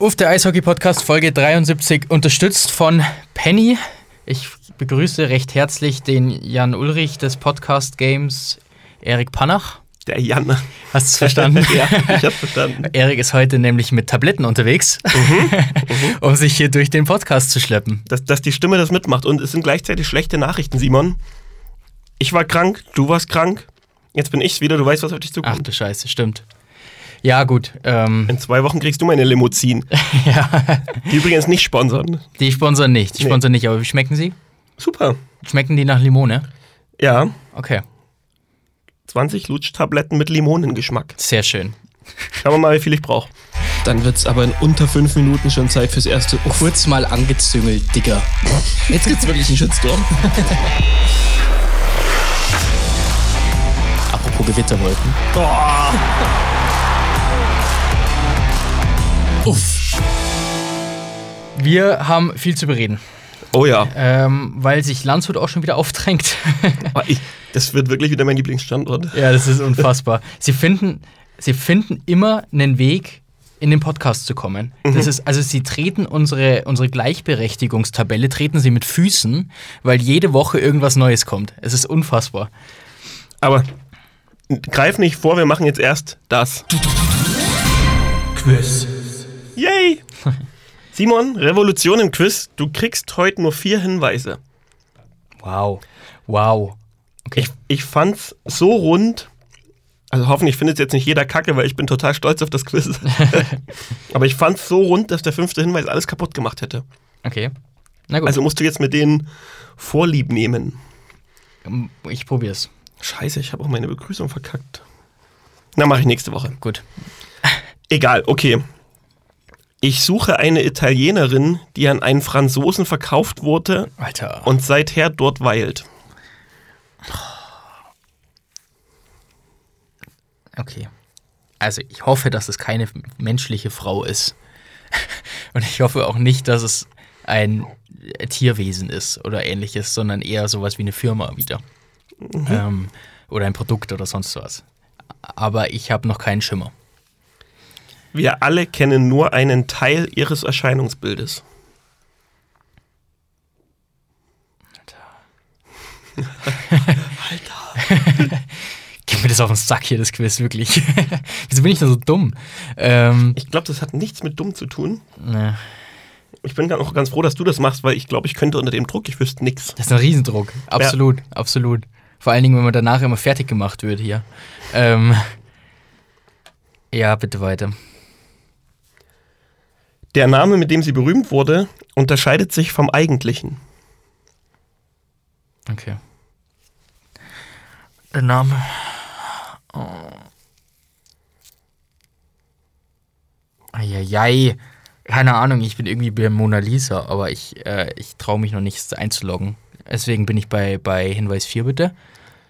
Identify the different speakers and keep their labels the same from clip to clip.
Speaker 1: Auf der Eishockey-Podcast Folge 73, unterstützt von Penny. Ich begrüße recht herzlich den Jan Ulrich des Podcast Games, Erik Panach.
Speaker 2: Der Jan.
Speaker 1: Hast du es verstanden?
Speaker 2: ja, ich habe verstanden.
Speaker 1: Erik ist heute nämlich mit Tabletten unterwegs, um sich hier durch den Podcast zu schleppen.
Speaker 2: Dass, dass die Stimme das mitmacht. Und es sind gleichzeitig schlechte Nachrichten, Simon. Ich war krank, du warst krank. Jetzt bin ich's wieder, du weißt, was auf dich
Speaker 1: Ach
Speaker 2: zukommt.
Speaker 1: du Scheiße, stimmt. Ja, gut. Ähm,
Speaker 2: In zwei Wochen kriegst du meine Limousin.
Speaker 1: ja,
Speaker 2: Die übrigens nicht sponsern.
Speaker 1: die sponsern nicht. Die
Speaker 2: Nee.
Speaker 1: sponsern nicht, aber wie schmecken sie?
Speaker 2: Super.
Speaker 1: Schmecken die nach Limone?
Speaker 2: Ja,
Speaker 1: Okay,
Speaker 2: 20 Lutschtabletten mit Limonengeschmack.
Speaker 1: sehr schön.
Speaker 2: Schauen wir mal, wie viel ich brauche.
Speaker 3: Dann wird's aber in unter fünf Minuten schon Zeit fürs erste kurz mal angezüngelt, Digga. Jetzt gibt's wirklich einen Shitstorm. Apropos Gewitterwolken. Uff.
Speaker 1: Wir haben viel zu bereden,
Speaker 2: Oh ja.
Speaker 1: ähm, weil sich Landshut auch schon wieder aufdrängt.
Speaker 2: Oh, ich, das wird wirklich wieder mein Lieblingsstandort.
Speaker 1: Ja, das ist unfassbar. Sie finden, sie finden immer einen Weg, in den Podcast zu kommen. Das
Speaker 2: Mhm.
Speaker 1: ist, also sie treten unsere, unsere Gleichberechtigungstabelle, treten sie mit Füßen, weil jede Woche irgendwas Neues kommt. Es ist unfassbar.
Speaker 2: Aber greif nicht vor, wir machen jetzt erst das.
Speaker 3: Quiz.
Speaker 2: Yay! Simon, Revolution im Quiz. Du kriegst heute nur vier Hinweise.
Speaker 1: Wow. Wow.
Speaker 2: Ich, ich fand's so rund. Also hoffentlich findet jetzt nicht jeder Kacke, weil ich bin total stolz auf das Quiz. Aber ich fand's so rund, dass der fünfte Hinweis alles kaputt gemacht hätte.
Speaker 1: Okay. Na gut,
Speaker 2: Also musst du jetzt mit denen Vorlieb nehmen.
Speaker 1: ähm, ich probier's.
Speaker 2: Scheiße, ich habe auch meine Begrüßung verkackt. Na, mache ich nächste Woche.
Speaker 1: Gut.
Speaker 2: Egal, okay. Ich suche eine Italienerin, die an einen Franzosen verkauft wurde
Speaker 1: Alter.
Speaker 2: und seither dort weilt.
Speaker 1: Okay. Also ich hoffe, dass es keine menschliche Frau ist. Und ich hoffe auch nicht, dass es ein Tierwesen ist oder ähnliches, sondern eher sowas wie eine Firma wieder. Ähm, oder ein Produkt oder sonst was. Aber ich habe noch keinen Schimmer.
Speaker 2: Wir alle kennen nur einen Teil ihres Erscheinungsbildes.
Speaker 1: Gib mir das auf den Sack hier, das Quiz, wirklich. Wieso bin ich denn so dumm? Ähm,
Speaker 2: Ich glaube, das hat nichts mit dumm zu tun.
Speaker 1: ne,
Speaker 2: Ich bin auch ganz froh, dass du das machst, weil ich glaube, ich könnte unter dem Druck, ich wüsste nichts.
Speaker 1: das ist ein Riesendruck. Absolut, absolut. Vor allen Dingen, wenn man danach immer fertig gemacht wird hier. Ähm, ja, bitte weiter.
Speaker 2: Der Name, mit dem sie berühmt wurde, unterscheidet sich vom eigentlichen.
Speaker 1: Okay. Der Name. Oh. Eieiei. Keine Ahnung, ich bin irgendwie bei Mona Lisa, aber ich, äh, ich traue mich noch nicht es einzuloggen. Deswegen bin ich bei, bei Hinweis 4 bitte.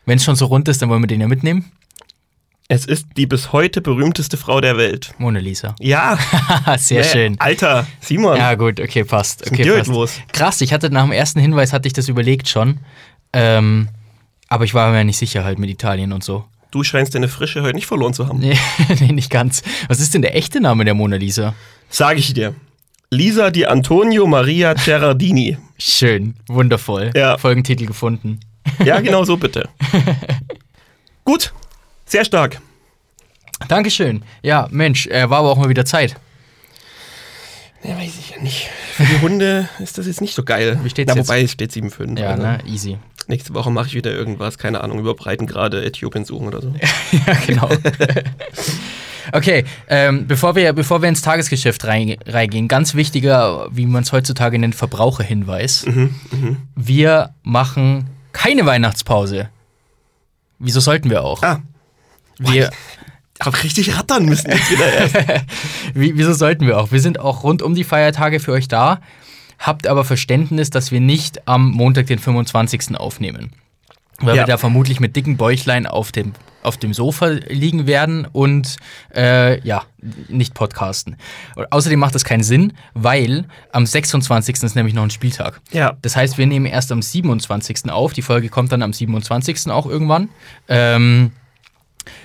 Speaker 1: Wenn es schon so rund ist, dann wollen wir den ja mitnehmen.
Speaker 2: Es ist die bis heute berühmteste Frau der Welt.
Speaker 1: Mona Lisa.
Speaker 2: Ja,
Speaker 1: Haha, sehr
Speaker 2: Nee,
Speaker 1: schön.
Speaker 2: Alter, Simon.
Speaker 1: Ja gut, okay, passt.
Speaker 2: denn
Speaker 1: Okay,
Speaker 2: dir heute
Speaker 1: passt.
Speaker 2: los?
Speaker 1: Krass, ich hatte nach dem ersten Hinweis, hatte ich das überlegt schon. Ähm, aber ich war mir nicht sicher halt mit Italien und so.
Speaker 2: Du scheinst deine Frische heute nicht verloren zu haben.
Speaker 1: Nee, nee, nicht ganz. Was ist denn der echte Name der Mona Lisa?
Speaker 2: Sag ich dir. Lisa di Antonio Maria Gerardini.
Speaker 1: Schön, wundervoll.
Speaker 2: Ja.
Speaker 1: Folgentitel gefunden.
Speaker 2: ja, genau so bitte. Gut, sehr stark.
Speaker 1: Dankeschön. Ja, Mensch, äh, war aber auch mal wieder Zeit.
Speaker 2: Ja, weiß ich ja nicht. Für die Hunde ist das jetzt nicht so geil.
Speaker 1: Wie steht's
Speaker 2: Na,
Speaker 1: jetzt?
Speaker 2: wobei es steht 7,5.
Speaker 1: Ja,
Speaker 2: also.
Speaker 1: ne? Easy.
Speaker 2: Nächste Woche mache ich wieder irgendwas, keine Ahnung, über Breitengrade Äthiopien suchen oder so.
Speaker 1: Ja, genau. okay, ähm, bevor, wir, bevor wir ins Tagesgeschäft rein- reingehen, ganz wichtiger, wie man es heutzutage nennt, Verbraucherhinweis. Wir machen keine Weihnachtspause. Wieso sollten wir auch?
Speaker 2: Ah.
Speaker 1: Wir,
Speaker 2: Hab richtig rattern müssen jetzt wieder erst.
Speaker 1: Wie, wieso sollten wir auch? Wir sind auch rund um die Feiertage für euch da. Habt aber Verständnis, dass wir nicht am Montag, den 25. aufnehmen. Weil
Speaker 2: Ja.
Speaker 1: wir da vermutlich mit dicken Bäuchlein auf dem, auf dem Sofa liegen werden und äh, ja, nicht podcasten. Und außerdem macht das keinen Sinn, weil am 26. ist nämlich noch ein Spieltag.
Speaker 2: Ja.
Speaker 1: Das heißt, wir nehmen erst am 27. auf. Die Folge kommt dann am 27. auch irgendwann. E Ähm,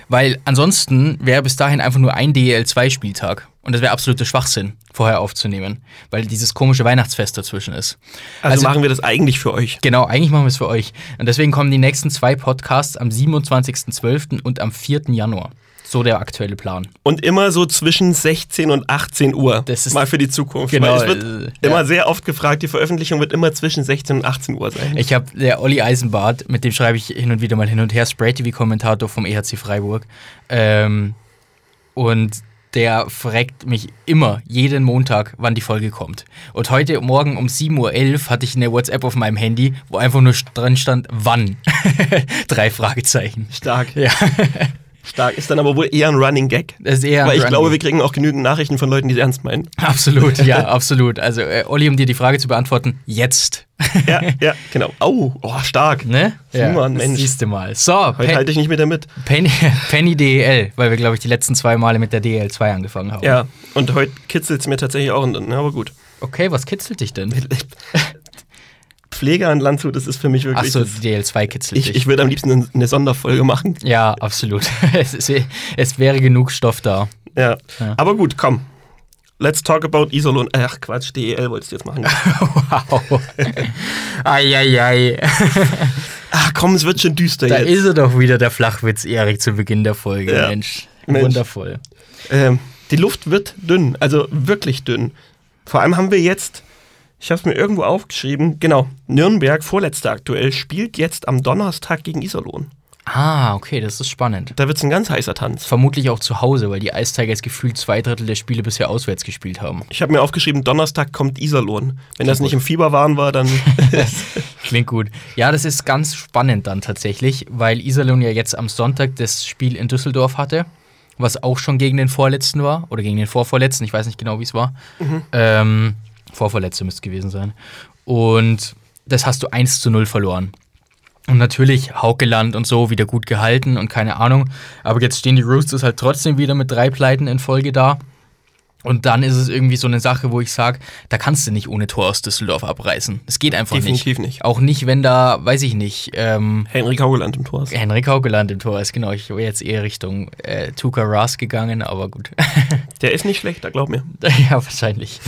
Speaker 1: weil ansonsten wäre bis dahin einfach nur ein DEL2-Spieltag. Und das wäre absoluter Schwachsinn, vorher aufzunehmen, weil dieses komische Weihnachtsfest dazwischen ist.
Speaker 2: Also,
Speaker 1: Also-
Speaker 2: machen wir das eigentlich für euch.
Speaker 1: Genau, eigentlich machen wir es für euch. Und deswegen kommen die nächsten zwei Podcasts am 27.12. und am 4. Januar. So der aktuelle Plan.
Speaker 2: Und immer so zwischen 16 und 18 Uhr.
Speaker 1: Das ist-
Speaker 2: mal für die Zukunft.
Speaker 1: Genau,
Speaker 2: Weil es wird
Speaker 1: äh,
Speaker 2: immer
Speaker 1: ja.
Speaker 2: sehr oft gefragt, die Veröffentlichung wird immer zwischen 16 und 18 Uhr sein.
Speaker 1: Ich habe der Olli Eisenbart, mit dem schreibe ich hin und wieder mal hin und her, Spray-TV-Kommentator vom EHC Freiburg. Ähm, und der fragt mich immer, jeden Montag, wann die Folge kommt. Und heute Morgen um 7.11 Uhr hatte ich eine WhatsApp auf meinem Handy, wo einfach nur dran stand, wann? Drei Fragezeichen.
Speaker 2: Stark.
Speaker 1: Ja,
Speaker 2: Stark. Ist dann aber wohl eher ein Running Gag.
Speaker 1: das ist eher
Speaker 2: Weil ich
Speaker 1: Running.
Speaker 2: glaube, wir kriegen auch genügend Nachrichten von Leuten, die es ernst meinen.
Speaker 1: Absolut, ja, absolut. Also, äh, Olli, um dir die Frage zu beantworten, jetzt.
Speaker 2: Ja, ja, genau. Au, oh, stark.
Speaker 1: Ne?
Speaker 2: Simon, Mensch.
Speaker 1: Siehst du mal. So,
Speaker 2: Heute halt
Speaker 1: Pe
Speaker 2: halte ich nicht mit damit.
Speaker 1: Penny, Penny DEL, weil wir, glaube ich, die letzten zwei Male mit der DEL2 angefangen haben.
Speaker 2: Ja, und heute kitzelt es mir tatsächlich auch, in- na, aber gut.
Speaker 1: Okay, was kitzelt dich denn?
Speaker 2: Pflege an Landshut, das ist für mich wirklich.
Speaker 1: Achso,
Speaker 2: das-
Speaker 1: die DEL2 kitzelt
Speaker 2: ich
Speaker 1: dich.
Speaker 2: ich würde am liebsten eine Sonderfolge machen.
Speaker 1: ja, absolut. es, ist, es wäre genug Stoff da.
Speaker 2: Ja.
Speaker 1: Ja.
Speaker 2: Aber gut, komm. Let's talk about Isolo und. Ach Quatsch, DEL wolltest du jetzt machen.
Speaker 1: wow. Eieiei.
Speaker 2: Ach komm, es wird schon düster
Speaker 1: Da
Speaker 2: jetzt.
Speaker 1: ist er doch wieder, der Flachwitz, Erik, zu Beginn der Folge.
Speaker 2: Ja.
Speaker 1: Mensch,
Speaker 2: Mensch.
Speaker 1: wundervoll.
Speaker 2: Ähm, die Luft wird dünn, also wirklich dünn. Vor allem haben wir jetzt, ich habe es mir irgendwo aufgeschrieben, genau, Nürnberg, vorletzter aktuell, spielt jetzt am Donnerstag gegen Iserlohn.
Speaker 1: Ah, okay, das ist spannend.
Speaker 2: Da wird es ein ganz heißer Tanz.
Speaker 1: Vermutlich auch zu Hause, weil die Ice Tigers gefühlt zwei Drittel der Spiele bisher auswärts gespielt haben.
Speaker 2: Ich habe mir aufgeschrieben, Donnerstag kommt Iserlohn. Wenn das nicht im Fieberwahn war, dann
Speaker 1: Klingt gut. Ja, das ist ganz spannend dann tatsächlich, weil Iserlohn ja jetzt am Sonntag das Spiel in Düsseldorf hatte, was auch schon gegen den Vorletzten war oder gegen den Vorvorletzten, ich weiß nicht genau, wie es war. Ähm, Vorvorletzte müsste es gewesen sein. Und das hast du 1 zu 0 verloren. Und natürlich Haukeland und so wieder gut gehalten und keine Ahnung. Aber jetzt stehen die Roosters halt trotzdem wieder mit drei Pleiten in Folge da. Und dann ist es irgendwie so eine Sache, wo ich sage, da kannst du nicht ohne Tor aus Düsseldorf abreißen. Es geht einfach nicht.
Speaker 2: definitiv nicht.
Speaker 1: Auch nicht, wenn da, weiß ich nicht, ähm,
Speaker 2: Henrik Haugeland im Tor ist.
Speaker 1: Henrik Haukeland im Tor ist. Genau, ich wäre jetzt eher Richtung äh, Tuka Rask gegangen, aber gut.
Speaker 2: Der ist nicht schlecht, da glaub mir.
Speaker 1: ja, wahrscheinlich.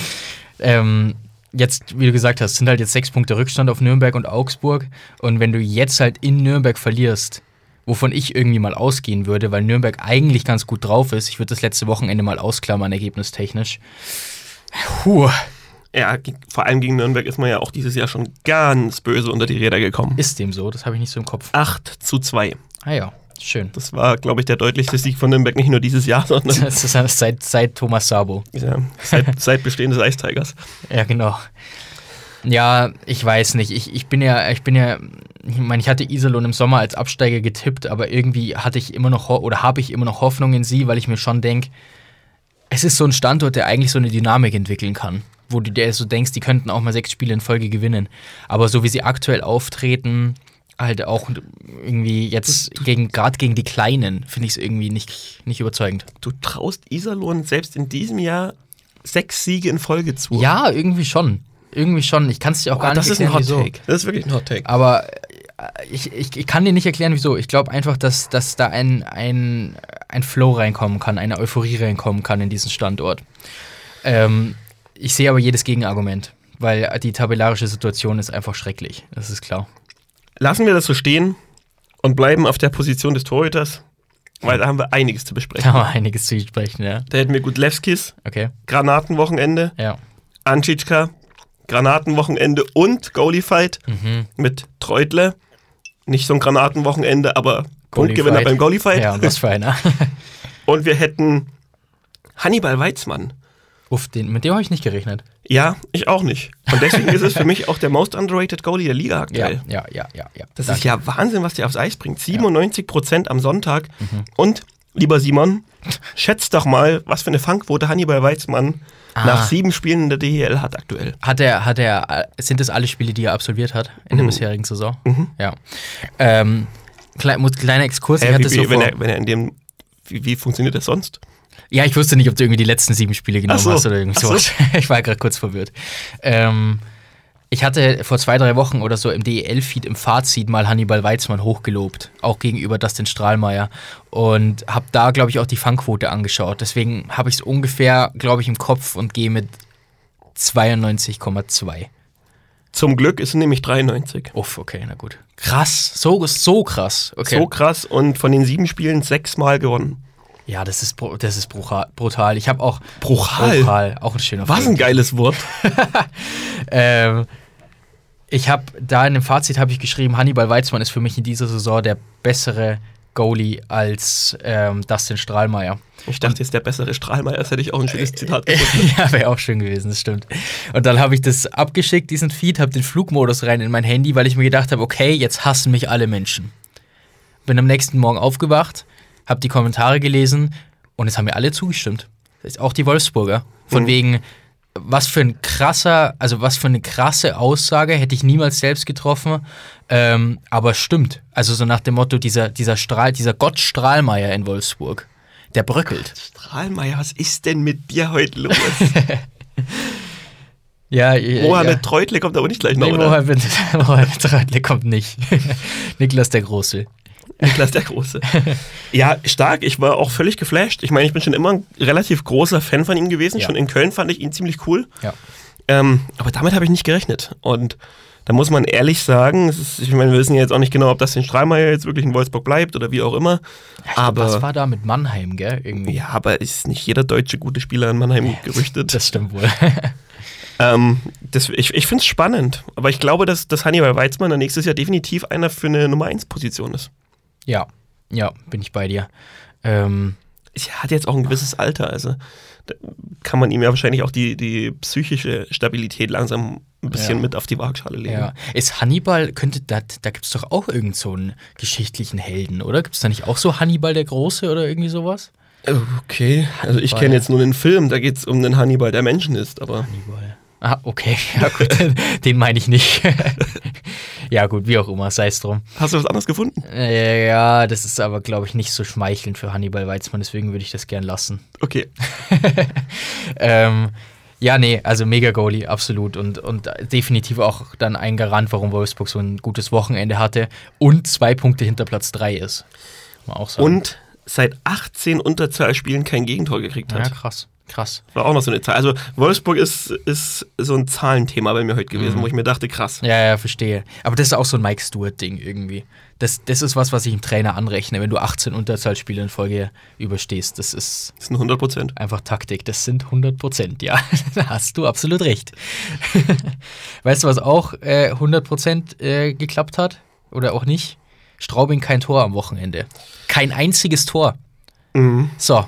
Speaker 1: Ähm, jetzt, wie du gesagt hast, sind halt jetzt sechs Punkte Rückstand auf Nürnberg und Augsburg. Und wenn du jetzt halt in Nürnberg verlierst, wovon ich irgendwie mal ausgehen würde, weil Nürnberg eigentlich ganz gut drauf ist, ich würde das letzte Wochenende mal ausklammern, ergebnistechnisch. Puh,
Speaker 2: Ja, ge- vor allem gegen Nürnberg ist man ja auch dieses Jahr schon ganz böse unter die Räder gekommen.
Speaker 1: ist dem so, das habe ich nicht so im Kopf.
Speaker 2: 8 zu 2.
Speaker 1: Ah ja, schön.
Speaker 2: Das war, glaube ich, der deutlichste Sieg von Nürnberg, nicht nur dieses Jahr, sondern
Speaker 1: Das ist alles seit, seit Thomas Sabo.
Speaker 2: Ja, seit, seit Bestehen des Ice Tigers.
Speaker 1: Ja, genau. Ja, ich weiß nicht. Ich, ich bin ja, ich bin ja, ich meine, ich hatte Iserlohn im Sommer als Absteiger getippt, aber irgendwie hatte ich immer noch ho- oder habe ich immer noch Hoffnung in sie, weil ich mir schon denke, es ist so ein Standort, der eigentlich so eine Dynamik entwickeln kann, wo du dir so denkst, die könnten auch mal sechs Spiele in Folge gewinnen. Aber so wie sie aktuell auftreten, halt auch irgendwie jetzt gegen, gerade gegen die Kleinen, finde ich es irgendwie nicht, nicht überzeugend.
Speaker 2: Du traust Iserlohn selbst in diesem Jahr sechs Siege in Folge zu.
Speaker 1: Ja, irgendwie schon. Irgendwie schon. Ich kann es dir auch
Speaker 2: Boah,
Speaker 1: gar nicht
Speaker 2: Oh. das ist ein
Speaker 1: erklären, wieso.
Speaker 2: Hot Take. Das ist wirklich ein Hot Take.
Speaker 1: Aber äh, ich, ich, ich kann dir nicht erklären, wieso. Ich glaube einfach, dass, dass da ein, ein, ein Flow reinkommen kann, eine Euphorie reinkommen kann in diesen Standort. Ähm, ich sehe aber jedes Gegenargument, weil die tabellarische Situation ist einfach schrecklich. Das ist klar.
Speaker 2: Lassen wir das so stehen und bleiben auf der Position des Torhüters, weil da haben wir einiges zu
Speaker 1: Da
Speaker 2: besprechen.
Speaker 1: haben wir einiges zu sprechen, ja.
Speaker 2: Da hätten wir Gudlewskis
Speaker 1: Okay,
Speaker 2: Granatenwochenende,
Speaker 1: ja.
Speaker 2: Anschitschka Granatenwochenende und Goalie Fight
Speaker 1: Mhm.
Speaker 2: mit Treutle. Nicht so ein Granatenwochenende, aber
Speaker 1: Goalie
Speaker 2: Punktgewinner
Speaker 1: Fight.
Speaker 2: beim Goalie Fight.
Speaker 1: Ja, und was für einer.
Speaker 2: Und wir hätten Hannibal Weizmann.
Speaker 1: Uff, den, mit dem habe ich nicht gerechnet.
Speaker 2: Ja, ich auch nicht. Und deswegen ist es für mich auch der most underrated Goalie der Liga aktuell.
Speaker 1: ja, ja, ja. ja.
Speaker 2: Das ist ja Wahnsinn, was der aufs Eis bringt. 97 Prozent am Sonntag.
Speaker 1: Mhm.
Speaker 2: Und, lieber Simon, schätzt doch mal, was für eine Fangquote Hannibal Weizmann
Speaker 1: Ah.
Speaker 2: nach sieben Spielen in der DEL hat aktuell.
Speaker 1: Hat er, hat er, äh, sind das alle Spiele, die er absolviert hat in der
Speaker 2: Mhm.
Speaker 1: bisherigen Saison? Ja. Ähm, klei- muss- kleiner Exkurs, ich
Speaker 2: Äh,
Speaker 1: hatte
Speaker 2: wie,
Speaker 1: es so
Speaker 2: wie, wenn,
Speaker 1: vor,
Speaker 2: er, wenn er in dem. Wie, wie funktioniert das sonst?
Speaker 1: Ja, ich wusste nicht, ob du irgendwie die letzten sieben Spiele genommen
Speaker 2: Ach so.
Speaker 1: hast oder irgendwie
Speaker 2: Ach so.
Speaker 1: sowas. Ich war gerade kurz verwirrt. Ähm, Ich hatte vor zwei, drei Wochen oder so im DEL-Feed im Fazit mal Hannibal Weizmann hochgelobt, auch gegenüber Dustin Strahlmeier. Und habe da, glaube ich, auch die Fangquote angeschaut. Deswegen habe ich es ungefähr, glaube ich, im Kopf und gehe mit 92,2.
Speaker 2: Zum Glück ist es nämlich 93.
Speaker 1: Uff, okay, na gut. Krass, so, so krass. Okay.
Speaker 2: So krass und von den sieben Spielen sechsmal gewonnen.
Speaker 1: ja, das ist, bru- das ist brucha- brutal. Ich habe auch.
Speaker 2: Brutal?
Speaker 1: Brutal, auch ein schöner
Speaker 2: Was ein geiles Wort.
Speaker 1: Ähm, ich habe da in dem Fazit habe ich geschrieben, Hannibal Weizmann ist für mich in dieser Saison der bessere Goalie als ähm, Dustin Strahlmeier.
Speaker 2: Ich dachte jetzt, der bessere Strahlmeier, das hätte ich auch ein schönes Zitat gefunden.
Speaker 1: ja, wäre auch schön gewesen, das stimmt. Und dann habe ich das abgeschickt, diesen Feed, habe den Flugmodus rein in mein Handy, weil ich mir gedacht habe, okay, jetzt hassen mich alle Menschen. Bin am nächsten Morgen aufgewacht, habe die Kommentare gelesen und es haben mir alle zugestimmt. Das ist Auch die Wolfsburger. Von
Speaker 2: Mhm.
Speaker 1: wegen, was für ein krasser, also was für eine krasse Aussage hätte ich niemals selbst getroffen. Ähm, aber stimmt. Also so nach dem Motto, dieser, dieser Strahl, dieser Gott Strahlmeier in Wolfsburg, der bröckelt.
Speaker 2: Strahlmeier, was ist denn mit dir heute los?
Speaker 1: Ja, ja,
Speaker 2: Mohamed Treutle kommt aber nicht gleich noch,
Speaker 1: Nee,
Speaker 2: oder?
Speaker 1: Mohamed, Mohamed Radle kommt nicht. Niklas der Große.
Speaker 2: Niklas der Große. ja, stark. Ich war auch völlig geflasht. Ich meine, ich bin schon immer ein relativ großer Fan von ihm gewesen.
Speaker 1: Ja.
Speaker 2: Schon in Köln fand ich ihn ziemlich cool.
Speaker 1: Ja.
Speaker 2: Ähm, aber damit habe ich nicht gerechnet. Und da muss man ehrlich sagen, es ist, ich meine, wir wissen ja jetzt auch nicht genau, ob das den Strahlmeier jetzt wirklich in Wolfsburg bleibt oder wie auch immer.
Speaker 1: Was
Speaker 2: aber
Speaker 1: war da mit Mannheim, gell? Irgendwie.
Speaker 2: ja, aber ist nicht jeder deutsche gute Spieler in Mannheim gerüchtet.
Speaker 1: Das stimmt wohl.
Speaker 2: Ähm, das, ich ich finde es spannend, aber ich glaube, dass, dass Hannibal Weizmann dann nächstes Jahr definitiv einer für eine Nummer 1 Position ist.
Speaker 1: ja, ja, bin ich bei dir. Ähm,
Speaker 2: Er hat jetzt auch ein gewisses Alter, also da kann man ihm ja wahrscheinlich auch die, die psychische Stabilität langsam ein bisschen
Speaker 1: Ja.
Speaker 2: mit auf die Waagschale legen.
Speaker 1: ja. Ist Hannibal, könnte, da, da gibt es doch auch irgendeinen so einen geschichtlichen Helden, oder? Gibt es da nicht auch so Hannibal der Große oder irgendwie sowas?
Speaker 2: Okay, also ich
Speaker 1: Hannibal.
Speaker 2: kenne jetzt nur den Film, da geht es um den Hannibal, der Menschen ist, aber
Speaker 1: Hannibal. Ah, okay. Ja, gut. Den meine ich nicht. ja, gut, wie auch immer, sei es drum.
Speaker 2: hast du was anderes gefunden?
Speaker 1: Äh, ja, das ist aber, glaube ich, nicht so schmeichelnd für Hannibal Weizmann, deswegen würde ich das gern lassen.
Speaker 2: Okay,
Speaker 1: Ähm, ja, nee, also mega Goalie, absolut. Und, und definitiv auch dann ein Garant, warum Wolfsburg so ein gutes Wochenende hatte und zwei Punkte hinter Platz drei ist. Muss man auch sagen.
Speaker 2: und seit 18 Unterzahlspielen kein Gegentor gekriegt
Speaker 1: Ja,
Speaker 2: hat.
Speaker 1: krass, krass.
Speaker 2: War auch noch so eine Zahl. Also Wolfsburg ist, ist so ein Zahlenthema bei mir heute gewesen, wo ich mir dachte, krass.
Speaker 1: Mhm. Ja, ja, verstehe. Aber das ist auch so ein Mike Stewart-Ding irgendwie. Das, das ist was, was ich dem Trainer anrechne, wenn du 18 Unterzahlspiele in Folge überstehst. Das ist
Speaker 2: Das sind 100 Prozent.
Speaker 1: Einfach Taktik, das sind 100 Prozent, ja. da hast du absolut recht. weißt du, was auch äh, 100 Prozent äh, geklappt hat oder auch nicht? Straubing kein Tor am Wochenende. Kein einziges Tor. So,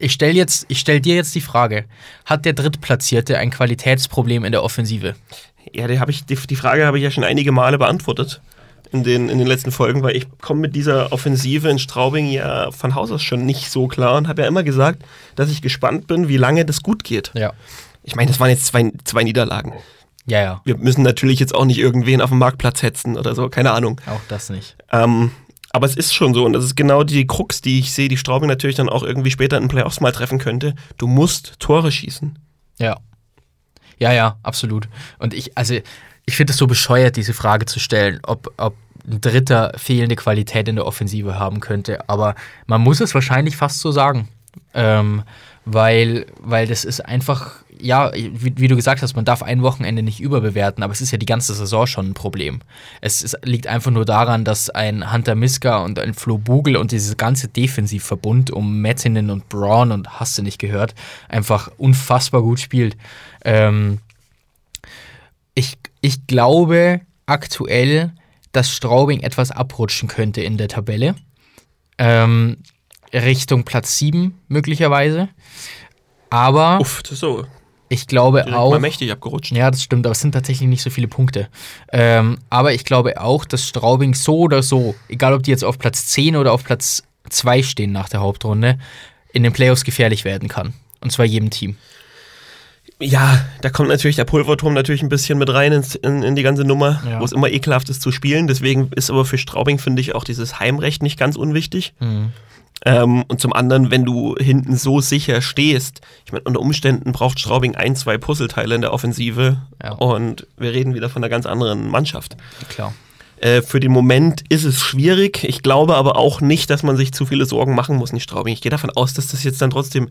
Speaker 1: ich stelle jetzt, ich stell dir jetzt die Frage: Hat der Drittplatzierte ein Qualitätsproblem in der Offensive?
Speaker 2: Ja, die, hab ich, die, die Frage habe ich ja schon einige Male beantwortet in den, in den letzten Folgen, weil ich komme mit dieser Offensive in Straubing ja von Haus aus schon nicht so klar und habe ja immer gesagt, dass ich gespannt bin, wie lange das gut geht.
Speaker 1: Ja.
Speaker 2: Ich meine, das waren jetzt zwei, zwei Niederlagen.
Speaker 1: Ja, ja.
Speaker 2: Wir müssen natürlich jetzt auch nicht irgendwen auf dem Marktplatz hetzen oder so, keine Ahnung.
Speaker 1: Auch das nicht.
Speaker 2: Ähm, aber es ist schon so und das ist genau die Krux, die ich sehe, die Straubing natürlich dann auch irgendwie später in den Playoffs mal treffen könnte. Du musst Tore schießen.
Speaker 1: Ja. Ja, ja, absolut. Und ich, also, ich finde es so bescheuert, diese Frage zu stellen, ob, ob ein Dritter fehlende Qualität in der Offensive haben könnte. Aber man muss es wahrscheinlich fast so sagen. Ähm, weil, weil das ist einfach, ja, wie, wie du gesagt hast, man darf ein Wochenende nicht überbewerten, aber es ist ja die ganze Saison schon ein Problem. Es, es liegt einfach nur daran, dass ein Hunter Miska und ein Flo Bugel und dieses ganze Defensivverbund um Mettinen und Braun und hast du nicht gehört, einfach unfassbar gut spielt. Ähm, ich, ich glaube aktuell, dass Straubing etwas abrutschen könnte in der Tabelle. Ähm, Richtung Platz 7 möglicherweise. Aber
Speaker 2: Uff, das ist so
Speaker 1: ich glaube
Speaker 2: direkt mal
Speaker 1: auch.
Speaker 2: mächtig abgerutscht.
Speaker 1: Ja, das stimmt, aber es sind tatsächlich nicht so viele Punkte. Ähm, aber ich glaube auch, dass Straubing so oder so, egal ob die jetzt auf Platz 10 oder auf Platz 2 stehen nach der Hauptrunde, in den Playoffs gefährlich werden kann. Und zwar jedem Team.
Speaker 2: Ja, da kommt natürlich der Pulverturm natürlich ein bisschen mit rein ins, in, in die ganze Nummer,
Speaker 1: Ja.
Speaker 2: wo es immer
Speaker 1: Mhm.
Speaker 2: ekelhaft ist zu spielen. Deswegen ist aber für Straubing, finde ich, auch dieses Heimrecht nicht ganz unwichtig. Ähm, und zum anderen, wenn du hinten so sicher stehst, ich meine, unter Umständen braucht Straubing ein, zwei Puzzleteile in der Offensive
Speaker 1: Ja.
Speaker 2: und wir reden wieder von einer ganz anderen Mannschaft.
Speaker 1: Klar.
Speaker 2: Äh, für den Moment ist es schwierig. Ich glaube aber auch nicht, dass man sich zu viele Sorgen machen muss in Straubing. Ich gehe davon aus, dass das jetzt dann trotzdem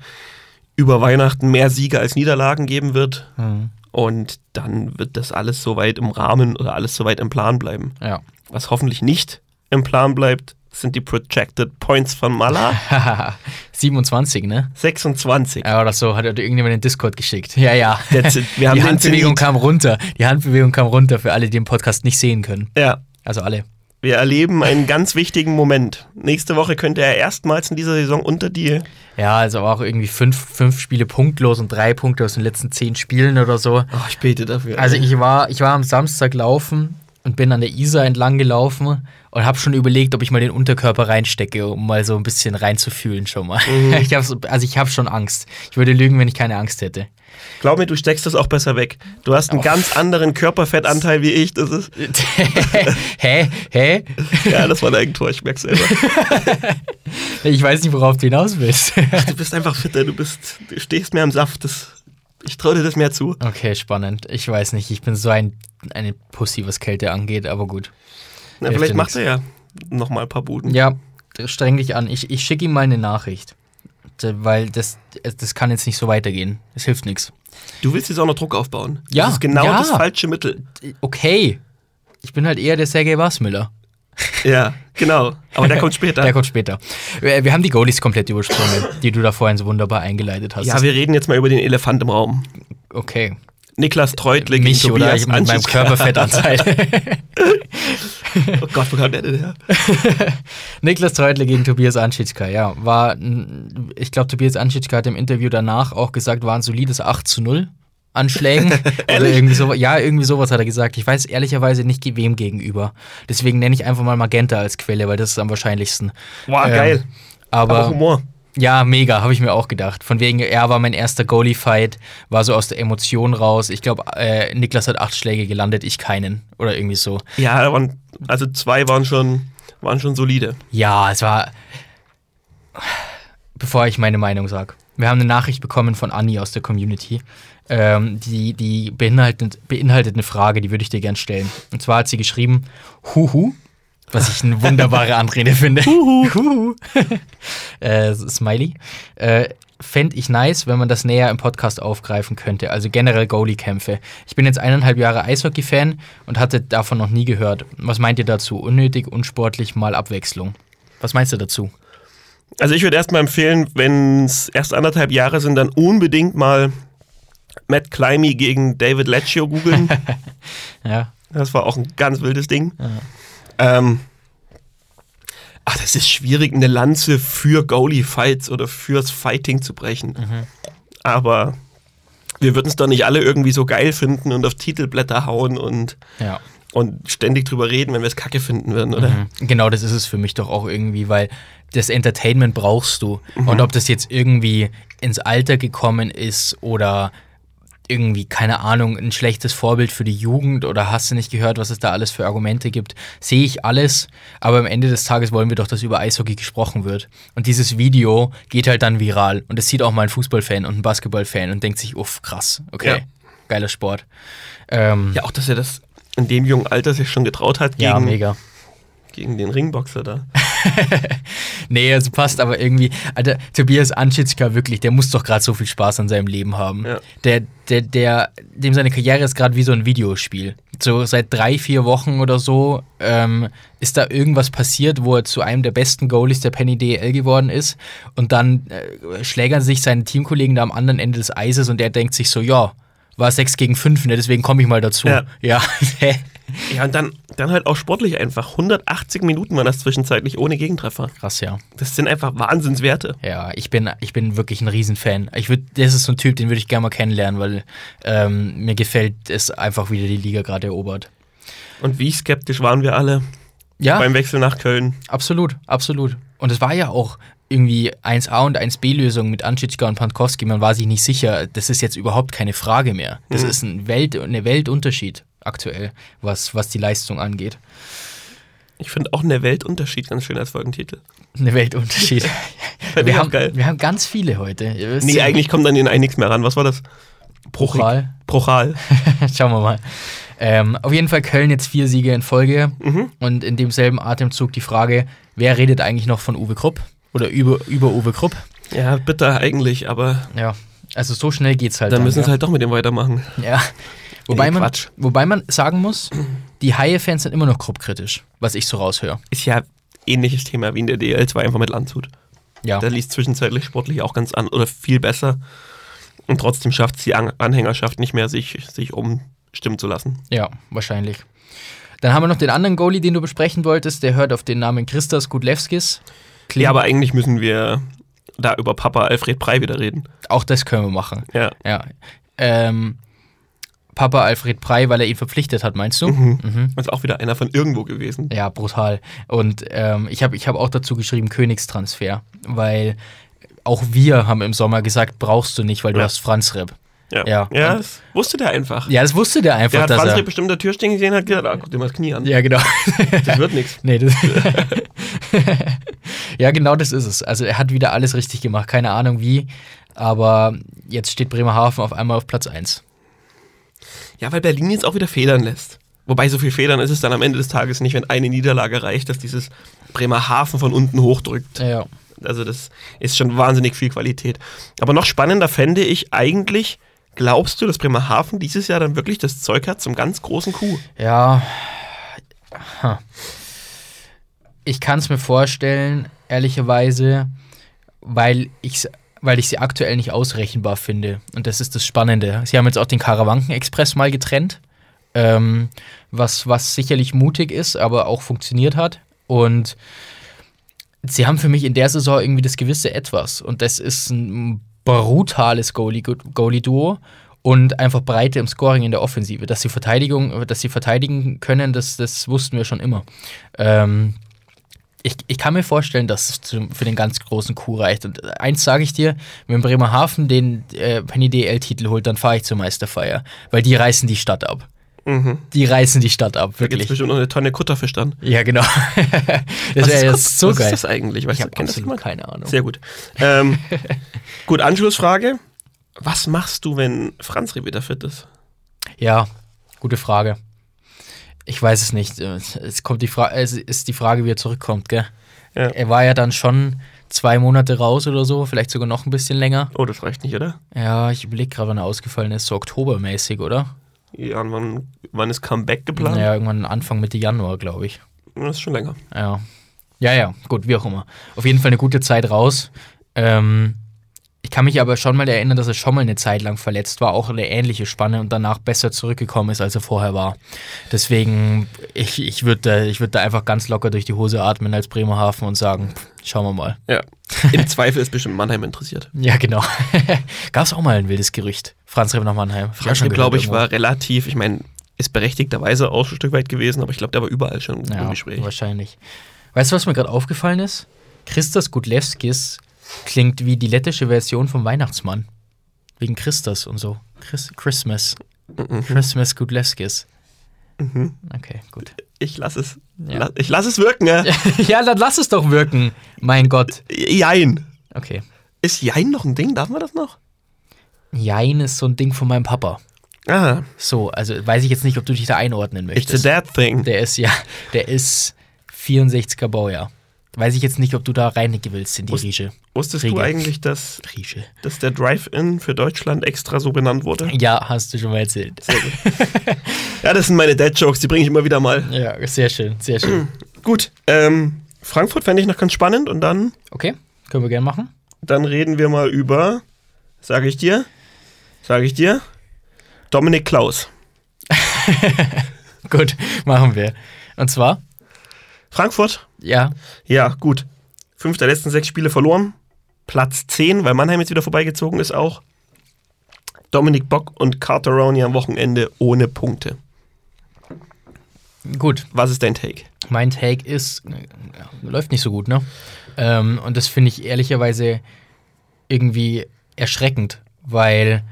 Speaker 2: über Weihnachten mehr Siege als Niederlagen geben wird.
Speaker 1: Mhm.
Speaker 2: Und dann wird das alles soweit im Rahmen oder alles soweit im Plan bleiben.
Speaker 1: Ja.
Speaker 2: Was hoffentlich nicht im Plan bleibt, sind die Projected Points von Mala.
Speaker 1: 27, ne?
Speaker 2: 26.
Speaker 1: Ja, oder so, hat er dir irgendjemand in den Discord geschickt. Ja, ja.
Speaker 2: Der Zit- wir haben
Speaker 1: die
Speaker 2: den
Speaker 1: Handbewegung
Speaker 2: Zenit.
Speaker 1: kam runter. Die Handbewegung kam runter für alle, die den Podcast nicht sehen können.
Speaker 2: Ja,
Speaker 1: Also alle.
Speaker 2: wir erleben einen ganz wichtigen Moment. Nächste Woche könnte er erstmals in dieser Saison unter die
Speaker 1: Ja, also aber auch irgendwie fünf, fünf Spiele punktlos und drei Punkte aus den letzten zehn Spielen oder so.
Speaker 2: Oh, ich bete dafür.
Speaker 1: Also ich war, ich war am Samstag laufen und bin an der Isar entlang gelaufen und habe schon überlegt, ob ich mal den Unterkörper reinstecke, um mal so ein bisschen reinzufühlen schon mal.
Speaker 2: Mhm.
Speaker 1: Ich hab's, also ich habe schon Angst. Ich würde lügen, wenn ich keine Angst hätte.
Speaker 2: Glaub mir, du steckst das auch besser weg. Du hast einen ganz anderen Körperfettanteil wie ich. Das ist,
Speaker 1: hä? Hä?
Speaker 2: ja, das war ein Eigentor, ich merk's selber.
Speaker 1: Ich weiß nicht, worauf du hinaus willst.
Speaker 2: Du bist einfach fitter, du bist, du stehst mehr am Saft. Das, ich traue dir das mehr zu.
Speaker 1: Okay, spannend. Ich weiß nicht. Ich bin so ein eine Pussy, was Kälte angeht, aber gut.
Speaker 2: Na,
Speaker 1: Hilft
Speaker 2: vielleicht
Speaker 1: dir
Speaker 2: macht
Speaker 1: nix.
Speaker 2: er ja nochmal ein paar Buden.
Speaker 1: Ja, streng dich an. Ich, ich schicke ihm mal eine Nachricht. D- Weil das, das kann jetzt nicht so weitergehen. Es hilft nichts.
Speaker 2: Du willst jetzt auch noch Druck aufbauen.
Speaker 1: Ja,
Speaker 2: Das ist genau
Speaker 1: ja.
Speaker 2: das falsche Mittel.
Speaker 1: Okay. Ich bin halt eher der Sergei Wasmüller.
Speaker 2: Ja, genau. Aber der kommt später.
Speaker 1: Der kommt später. Wir, wir haben die Goalies komplett übersprungen, die du da vorhin so wunderbar eingeleitet hast.
Speaker 2: ja, wir reden jetzt mal über den Elefant im Raum.
Speaker 1: okay.
Speaker 2: Niklas Treutle
Speaker 1: Mich oder
Speaker 2: Tobias
Speaker 1: ich mit meinem
Speaker 2: Anschütz.
Speaker 1: Körperfettanteil.
Speaker 2: Oh Gott, wo kam der denn her?
Speaker 1: Niklas Treutle gegen Tobias Anschitschka, ja. War, ein- ich glaube, Tobias Anschitschka hat im Interview danach auch gesagt, war ein solides 8 zu 0 an Schlägen. Oder irgendwie so, ja, irgendwie sowas hat er gesagt. Ich weiß ehrlicherweise nicht, ge- wem gegenüber. Deswegen nenne ich einfach mal Magenta als Quelle, weil das ist am wahrscheinlichsten.
Speaker 2: Boah,
Speaker 1: Ähm,
Speaker 2: geil.
Speaker 1: Aber,
Speaker 2: Aber Humor.
Speaker 1: Ja, mega, habe ich mir auch gedacht. Von wegen, er war mein erster Goalie-Fight, war so aus der Emotion raus. Ich glaube, äh, Niklas hat acht Schläge gelandet, ich keinen. Oder irgendwie so.
Speaker 2: Ja, da waren, also zwei waren schon, waren schon solide.
Speaker 1: Ja, es war. Bevor ich meine Meinung sage. Wir haben eine Nachricht bekommen von Anni aus der Community. Ähm, die die beinhaltet, beinhaltet eine Frage, die würde ich dir gern stellen. Und zwar hat sie geschrieben: Huhu. Was ich eine wunderbare Anrede finde. Huhu. äh, Smiley. Äh, Fände ich nice, wenn man das näher im Podcast aufgreifen könnte. Also generell Goalie-Kämpfe. Ich bin jetzt eineinhalb Jahre Eishockey-Fan und hatte davon noch nie gehört. Was meint ihr dazu? Unnötig, unsportlich, mal Abwechslung. Was meinst du dazu?
Speaker 2: Also ich würde erstmal empfehlen, wenn es erst anderthalb Jahre sind, dann unbedingt mal Matt Climby gegen David Leccio googeln.
Speaker 1: Ja.
Speaker 2: das war auch ein ganz wildes Ding. Ähm, ach, das ist schwierig, eine Lanze für Goalie-Fights oder fürs Fighting zu brechen.
Speaker 1: Mhm.
Speaker 2: Aber wir würden es doch nicht alle irgendwie so geil finden und auf Titelblätter hauen und,
Speaker 1: Ja.
Speaker 2: und ständig drüber reden, wenn wir es kacke finden würden, oder?
Speaker 1: Genau, das ist es für mich doch auch irgendwie, weil das Entertainment brauchst du.
Speaker 2: Mhm.
Speaker 1: Und ob das jetzt irgendwie ins Alter gekommen ist oder irgendwie, keine Ahnung, ein schlechtes Vorbild für die Jugend oder hast du nicht gehört, was es da alles für Argumente gibt, sehe ich alles. Aber am Ende des Tages wollen wir doch, dass über Eishockey gesprochen wird. Und dieses Video geht halt dann viral. Und das sieht auch mal ein Fußballfan und ein Basketballfan und denkt sich, uff, krass, okay,
Speaker 2: Ja.
Speaker 1: geiler Sport. Ähm,
Speaker 2: Ja, auch, dass er das in dem jungen Alter sich schon getraut hat
Speaker 1: ja,
Speaker 2: gegen,
Speaker 1: mega.
Speaker 2: gegen den Ringboxer da.
Speaker 1: Nee, also passt aber irgendwie. Alter, Tobias Anschitzka wirklich, der muss doch gerade so viel Spaß an seinem Leben haben.
Speaker 2: Ja.
Speaker 1: Der, der, der, dem seine Karriere ist gerade wie so ein Videospiel. So seit drei, vier Wochen oder so ähm, ist da irgendwas passiert, wo er zu einem der besten Goalies der Penny DL geworden ist. Und dann äh, schlägern sich seine Teamkollegen da am anderen Ende des Eises und er denkt sich so, ja, war 6 gegen 5, ne? deswegen komme ich mal dazu.
Speaker 2: Ja.
Speaker 1: ja. ne.
Speaker 2: Ja, und dann, dann halt auch sportlich einfach. 180 Minuten waren das zwischenzeitlich ohne Gegentreffer.
Speaker 1: Krass, ja.
Speaker 2: Das sind einfach Wahnsinnswerte.
Speaker 1: Ja, ich bin, ich bin wirklich ein Riesenfan. Ich würd, das ist so ein Typ, den würde ich gerne mal kennenlernen, weil ähm, mir gefällt es einfach, wie der die Liga gerade erobert.
Speaker 2: Und wie skeptisch waren wir alle
Speaker 1: Ja,
Speaker 2: beim Wechsel nach Köln.
Speaker 1: absolut, absolut. Und es war ja auch irgendwie 1A und 1B-Lösung mit Anschitschka und Pankowski. Man war sich nicht sicher. Das ist jetzt überhaupt keine Frage mehr. Das
Speaker 2: Mhm.
Speaker 1: ist ein Welt, eine Weltunterschied aktuell, was, was die Leistung angeht.
Speaker 2: Ich finde auch der Weltunterschied ganz schön als Folgentitel.
Speaker 1: Eine Weltunterschied.
Speaker 2: ich
Speaker 1: wir,
Speaker 2: auch
Speaker 1: haben,
Speaker 2: geil.
Speaker 1: wir haben ganz viele heute. Ihr wisst
Speaker 2: Nee,
Speaker 1: ja-
Speaker 2: eigentlich kommt an den eigentlich nichts mehr ran. Was war das? Bruchig.
Speaker 1: Prochal.
Speaker 2: Prochal.
Speaker 1: Schauen wir mal. Ähm, auf jeden Fall Köln jetzt vier Siege in Folge.
Speaker 2: Mhm.
Speaker 1: Und in demselben Atemzug die Frage, wer redet eigentlich noch von Uwe Krupp? Oder über, über Uwe Krupp?
Speaker 2: Ja, bitter eigentlich, aber
Speaker 1: Ja. Also so schnell geht's halt.
Speaker 2: dann müssen
Speaker 1: ja.
Speaker 2: sie halt doch mit dem weitermachen.
Speaker 1: Ja. Wobei,
Speaker 2: Nee,
Speaker 1: man,
Speaker 2: Quatsch.
Speaker 1: wobei man sagen muss, die Haie-Fans sind immer noch Krupp-kritisch, was ich so raushöre.
Speaker 2: Ist ja ähnliches Thema wie in der DL2 einfach mit Landshut.
Speaker 1: Ja.
Speaker 2: Da liest zwischenzeitlich sportlich auch ganz an oder viel besser. Und trotzdem schafft es die An- Anhängerschaft nicht mehr, sich, sich umstimmen zu lassen.
Speaker 1: Ja, wahrscheinlich. Dann haben wir noch den anderen Goalie, den du besprechen wolltest. Der hört auf den Namen Christas Gudlewskis. Klingt,
Speaker 2: Ja, aber eigentlich müssen wir da über Papa Alfred Prey wieder reden.
Speaker 1: auch das können wir machen.
Speaker 2: Ja.
Speaker 1: Ja. Ähm, Papa Alfred Prey, weil er ihn verpflichtet hat, meinst
Speaker 2: Mhm.
Speaker 1: du?
Speaker 2: Ist auch wieder einer von irgendwo gewesen.
Speaker 1: Ja, brutal. Und ähm, ich habe ich hab auch dazu geschrieben, Königstransfer, weil auch wir haben im Sommer gesagt, brauchst du nicht, weil du
Speaker 2: Ja.
Speaker 1: hast Franz Ripp.
Speaker 2: Ja.
Speaker 1: Ja.
Speaker 2: ja das wusste der einfach.
Speaker 1: Ja, das wusste der einfach,
Speaker 2: Der hat
Speaker 1: dass
Speaker 2: Franz
Speaker 1: er.
Speaker 2: bestimmt in der Tür stehen gesehen und hat gesagt, ah, guck dir mal das Knie an.
Speaker 1: Ja, genau.
Speaker 2: Das wird nichts.
Speaker 1: Nee, das ja, genau das ist es. Also er hat wieder alles richtig gemacht. Keine Ahnung wie. Aber jetzt steht Bremerhaven auf einmal auf Platz 1.
Speaker 2: Ja, weil Berlin jetzt auch wieder federn lässt. Wobei so viel federn ist es dann am Ende des Tages nicht, wenn eine Niederlage reicht, dass dieses Bremerhaven von unten hochdrückt.
Speaker 1: Ja.
Speaker 2: Also das ist schon wahnsinnig viel Qualität. Aber noch spannender fände ich eigentlich, glaubst du, dass Bremerhaven dieses Jahr dann wirklich das Zeug hat zum ganz großen Coup?
Speaker 1: Ja. Ha. Ich kann es mir vorstellen, ehrlicherweise, weil ich weil ich sie aktuell nicht ausrechenbar finde. Und das ist das Spannende. Sie haben jetzt auch den Karawanken-Express mal getrennt, ähm, was, was sicherlich mutig ist, aber auch funktioniert hat. Und sie haben für mich in der Saison irgendwie das gewisse Etwas. Und das ist ein brutales Goalie- Goalie-Duo und einfach Breite im Scoring in der Offensive. Dass sie, Verteidigung, dass sie verteidigen können, das, das wussten wir schon immer. Ähm, ich, ich kann mir vorstellen, dass es zum, für den ganz großen Coup reicht. Und eins sage ich dir, wenn Bremerhaven den äh, Penny DL-Titel holt, dann fahre ich zur Meisterfeier. Weil die reißen die Stadt ab.
Speaker 2: Mhm.
Speaker 1: Die reißen die Stadt ab,
Speaker 2: Da gibt es
Speaker 1: wirklich.
Speaker 2: bestimmt noch eine Tonne Kutterfisch dann.
Speaker 1: Ja, genau. das wäre jetzt so
Speaker 2: was
Speaker 1: geil.
Speaker 2: ist das eigentlich? Weißt
Speaker 1: Ich
Speaker 2: du,
Speaker 1: habe
Speaker 2: kennt das
Speaker 1: absolut
Speaker 2: jemand?
Speaker 1: keine Ahnung.
Speaker 2: Sehr gut. Ähm, gut, Anschlussfrage. Was machst du, wenn Franz Reh wieder fit ist?
Speaker 1: Ja, gute Frage. Ich weiß es nicht. Es kommt die Frage, es ist die Frage, wie er zurückkommt, gell?
Speaker 2: Ja.
Speaker 1: Er war ja dann schon zwei Monate raus oder so, vielleicht sogar noch ein bisschen länger.
Speaker 2: Oh, das reicht nicht, oder?
Speaker 1: Ja, ich überlege gerade, wann er ausgefallen ist. So oktobermäßig, oder?
Speaker 2: Ja, und wann, wann ist Comeback geplant?
Speaker 1: Ja, irgendwann Anfang Mitte Januar, glaube ich.
Speaker 2: Das ist schon länger.
Speaker 1: Ja. Ja, ja, gut, wie auch immer. Auf jeden Fall eine gute Zeit raus. Ähm, ich kann mich aber schon mal erinnern, dass er schon mal eine Zeit lang verletzt war, auch eine ähnliche Spanne und danach besser zurückgekommen ist, als er vorher war. Deswegen, ich, ich würde da, ich würd da einfach ganz locker durch die Hose atmen als Bremerhaven und sagen, pff, schauen wir mal.
Speaker 2: Ja. Im Zweifel ist bestimmt Mannheim interessiert.
Speaker 1: Ja, genau. Gab es auch mal ein wildes Gerücht. Franz Rehm nach Mannheim. Hab
Speaker 2: Franz,
Speaker 1: schon gehört
Speaker 2: glaube ich,
Speaker 1: irgendwo.
Speaker 2: war relativ, ich meine, ist berechtigterweise auch ein Stück weit gewesen, aber ich glaube, der war überall schon im Gespräch.
Speaker 1: ja, wahrscheinlich. Weißt du, was mir gerade aufgefallen ist? Christas Gudlewskis klingt wie die lettische Version vom Weihnachtsmann. Wegen Christas und so. Chris Christmas.
Speaker 2: Mhm.
Speaker 1: Christmas Gudlewskis. Okay, gut.
Speaker 2: Ich lasse es.
Speaker 1: Ja.
Speaker 2: La ich lasse es wirken, ja.
Speaker 1: ja, dann lass es doch wirken. Mein Gott.
Speaker 2: Jein.
Speaker 1: Okay.
Speaker 2: Ist Jein noch ein Ding? Darf man das noch?
Speaker 1: Jein ist so ein Ding von meinem Papa.
Speaker 2: Ah,
Speaker 1: So, also weiß ich jetzt nicht, ob du dich da einordnen
Speaker 2: it's a
Speaker 1: möchtest.
Speaker 2: dad thing.
Speaker 1: Der ist ja, der ist 64er Baujahr. Weiß ich jetzt nicht, ob du da rein willst in die
Speaker 2: Wusst-
Speaker 1: Rieche.
Speaker 2: Wusstest du
Speaker 1: Regel.
Speaker 2: eigentlich, dass,
Speaker 1: Rieche.
Speaker 2: dass der Drive-In für Deutschland extra so benannt wurde?
Speaker 1: Ja, hast du schon mal erzählt.
Speaker 2: Ja, das sind meine Dad-Jokes, die bringe ich immer wieder mal.
Speaker 1: Ja, sehr schön, sehr schön.
Speaker 2: Gut, ähm, Frankfurt fände ich noch ganz spannend und dann,
Speaker 1: Okay, können wir gerne machen.
Speaker 2: dann reden wir mal über, sage ich dir, sage ich dir, Dominik Klaus.
Speaker 1: Gut, machen wir. Und zwar,
Speaker 2: Frankfurt
Speaker 1: ja,
Speaker 2: Ja, gut. Fünf der letzten sechs Spiele verloren. Platz 10, weil Mannheim jetzt wieder vorbeigezogen ist auch. Dominik Bock und Carter Rowney am Wochenende ohne Punkte.
Speaker 1: gut.
Speaker 2: Was ist dein Take?
Speaker 1: Mein Take ist, äh, ja, läuft nicht so gut, ne? Ähm, und das finde ich ehrlicherweise irgendwie erschreckend, weil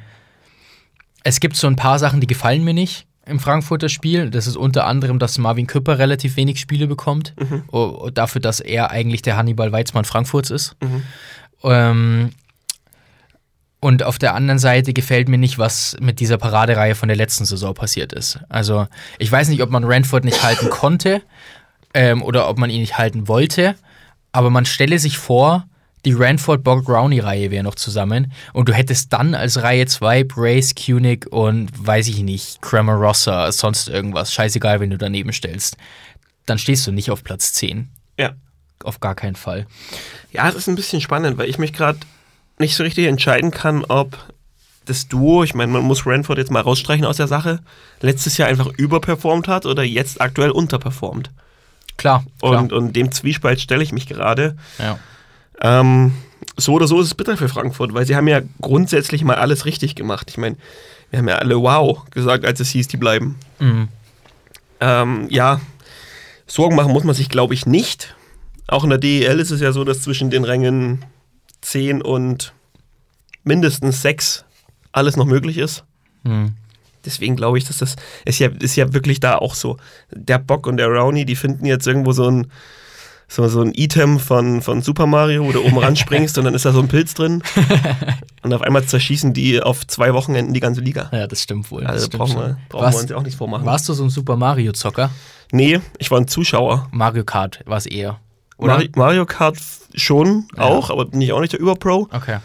Speaker 1: es gibt so ein paar Sachen, die gefallen mir nicht. im Frankfurter Spiel. Das ist unter anderem, dass Marvin Küpper relativ wenig Spiele bekommt, o- dafür, dass er eigentlich der Hannibal Weizmann Frankfurts ist. Ähm, und auf der anderen Seite gefällt mir nicht, was mit dieser Paradereihe von der letzten Saison passiert ist. Also ich weiß nicht, ob man Ranford nicht halten konnte ähm, oder ob man ihn nicht halten wollte, aber man stelle sich vor, die ranford borg rowney reihe wäre noch zusammen und du hättest dann als Reihe 2 Brace, Koenig und weiß ich nicht, Cramarossa, sonst irgendwas, scheißegal, wenn du daneben stellst, dann stehst du nicht auf Platz 10.
Speaker 2: Ja.
Speaker 1: Auf gar keinen Fall.
Speaker 2: Ja, es ist ein bisschen spannend, weil ich mich gerade nicht so richtig entscheiden kann, ob das Duo, ich meine, man muss Ranford jetzt mal rausstreichen aus der Sache, letztes Jahr einfach überperformt hat oder jetzt aktuell unterperformt.
Speaker 1: Klar, klar.
Speaker 2: Und, und dem Zwiespalt stelle ich mich gerade.
Speaker 1: ja.
Speaker 2: Ähm, so oder so ist es bitter für Frankfurt, weil sie haben ja grundsätzlich mal alles richtig gemacht. Ich meine, wir haben ja alle wow gesagt, als es hieß, die bleiben.
Speaker 1: Mhm.
Speaker 2: Ähm, ja, Sorgen machen muss man sich, glaube ich, nicht. Auch in der DEL ist es ja so, dass zwischen den Rängen 10 und mindestens 6 alles noch möglich ist.
Speaker 1: Mhm.
Speaker 2: Deswegen glaube ich, dass das ist ja, ist ja wirklich da auch so. Der Bock und der Rowney, die finden jetzt irgendwo so ein, so, so ein Item von, von Super Mario, wo du oben ranspringst und dann ist da so ein Pilz drin. Und auf einmal zerschießen die auf zwei Wochenenden die ganze Liga.
Speaker 1: ja, das stimmt wohl. das
Speaker 2: Also
Speaker 1: stimmt
Speaker 2: brauchen,
Speaker 1: schon.
Speaker 2: wir, brauchen wir
Speaker 1: warst,
Speaker 2: uns ja auch nichts vormachen.
Speaker 1: warst du so ein Super Mario-Zocker?
Speaker 2: Nee, ich war ein Zuschauer.
Speaker 1: Mario Kart war es eher. Oder?
Speaker 2: Mari- Mario Kart f- schon auch, aber bin ich auch nicht der Überpro.
Speaker 1: Okay.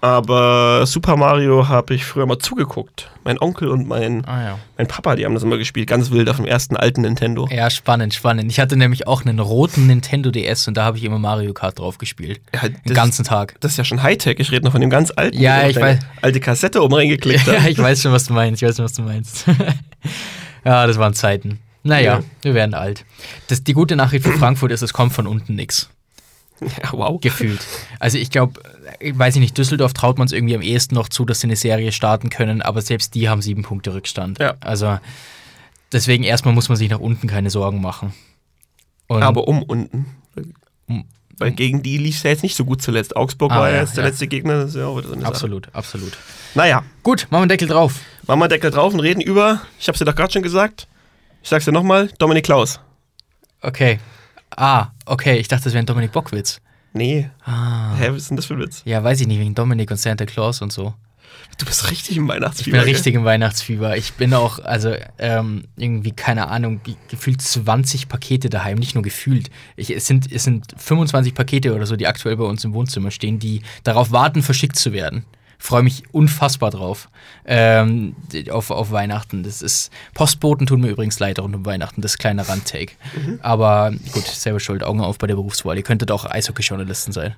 Speaker 2: Aber Super Mario habe ich früher mal zugeguckt. Mein Onkel und mein,
Speaker 1: Ah ja.
Speaker 2: mein Papa, die haben das immer gespielt, ganz wild auf dem ersten alten Nintendo.
Speaker 1: Ja, spannend, spannend. Ich hatte nämlich auch einen roten Nintendo DS und da habe ich immer Mario Kart drauf gespielt.
Speaker 2: Ja, halt,
Speaker 1: Den
Speaker 2: das-
Speaker 1: ganzen Tag.
Speaker 2: Das ist ja schon Hightech. Ich rede noch von dem ganz alten.
Speaker 1: Ja,
Speaker 2: wo du
Speaker 1: ich
Speaker 2: noch deine
Speaker 1: weiß.
Speaker 2: Alte Kassette oben reingeklickt
Speaker 1: Ja,
Speaker 2: hat.
Speaker 1: ich weiß schon, was du meinst. Ich weiß schon, was du meinst. ja, das waren Zeiten. Naja,
Speaker 2: Ja.
Speaker 1: wir werden alt. Das, die gute Nachricht für Frankfurt ist, es kommt von unten nix.
Speaker 2: Ja, wow.
Speaker 1: Gefühlt. Also ich glaube, ich weiß nicht, Düsseldorf traut man es irgendwie am ehesten noch zu, dass sie eine Serie starten können, aber selbst die haben sieben Punkte Rückstand.
Speaker 2: Ja.
Speaker 1: Also deswegen erstmal muss man sich nach unten keine Sorgen machen. Und
Speaker 2: Aber um unten.
Speaker 1: Um-
Speaker 2: Weil gegen die lief es ja jetzt nicht so gut zuletzt. Augsburg
Speaker 1: Ah,
Speaker 2: war ja,
Speaker 1: ja,
Speaker 2: jetzt der
Speaker 1: ja.
Speaker 2: letzte Gegner. Das ist ja auch wieder so eine
Speaker 1: absolut, absolut.
Speaker 2: Sache. Naja,
Speaker 1: Gut, machen wir einen Deckel drauf.
Speaker 2: machen wir Deckel drauf und reden über, ich hab's dir doch gerade schon gesagt, ich sag's dir nochmal, Dominik Klaus.
Speaker 1: Okay. Ah, okay, ich dachte, das wäre ein Dominik Bockwitz.
Speaker 2: Nee.
Speaker 1: Ah.
Speaker 2: Hä, was ist denn das für ein Witz?
Speaker 1: Ja, weiß ich nicht, wegen Dominik und Santa Claus und so.
Speaker 2: Du bist richtig im
Speaker 1: Ich
Speaker 2: Weihnachtsfieber.
Speaker 1: bin
Speaker 2: gell?
Speaker 1: richtig im Weihnachtsfieber. Ich bin auch, also ähm, irgendwie, keine Ahnung, ge- gefühlt 20 Pakete daheim, nicht nur gefühlt. Ich, es, sind, es sind 25 Pakete oder so, die aktuell bei uns im Wohnzimmer stehen, die darauf warten, verschickt zu werden. Freue mich unfassbar drauf ähm, d- auf, auf Weihnachten. Das ist Postboten tun mir übrigens leid rund um Weihnachten. Das ist kleiner Randtake.
Speaker 2: Mhm.
Speaker 1: Aber gut, selber Schuld. Augen auf bei der Berufswahl. Ihr könntet auch Eishockey-Journalisten sein.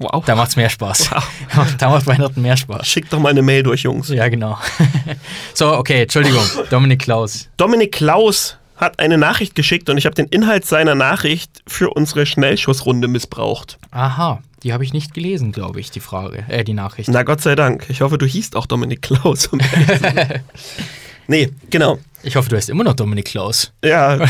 Speaker 2: Wow.
Speaker 1: Da macht's mehr Spaß. da macht Weihnachten mehr Spaß.
Speaker 2: Schick doch mal eine Mail durch, Jungs.
Speaker 1: Ja, genau. so, okay, Entschuldigung, Dominik Klaus.
Speaker 2: Dominik Klaus hat eine Nachricht geschickt und ich habe den Inhalt seiner Nachricht für unsere Schnellschussrunde missbraucht.
Speaker 1: Aha, die habe ich nicht gelesen, glaube ich, die Frage, äh, die Nachricht.
Speaker 2: Na Gott sei Dank. Ich hoffe, du hießt auch Dominik Klaus. um ehrlich zu sein. nee, genau.
Speaker 1: Ich hoffe, du heißt immer noch Dominik Klaus.
Speaker 2: Ja, äh,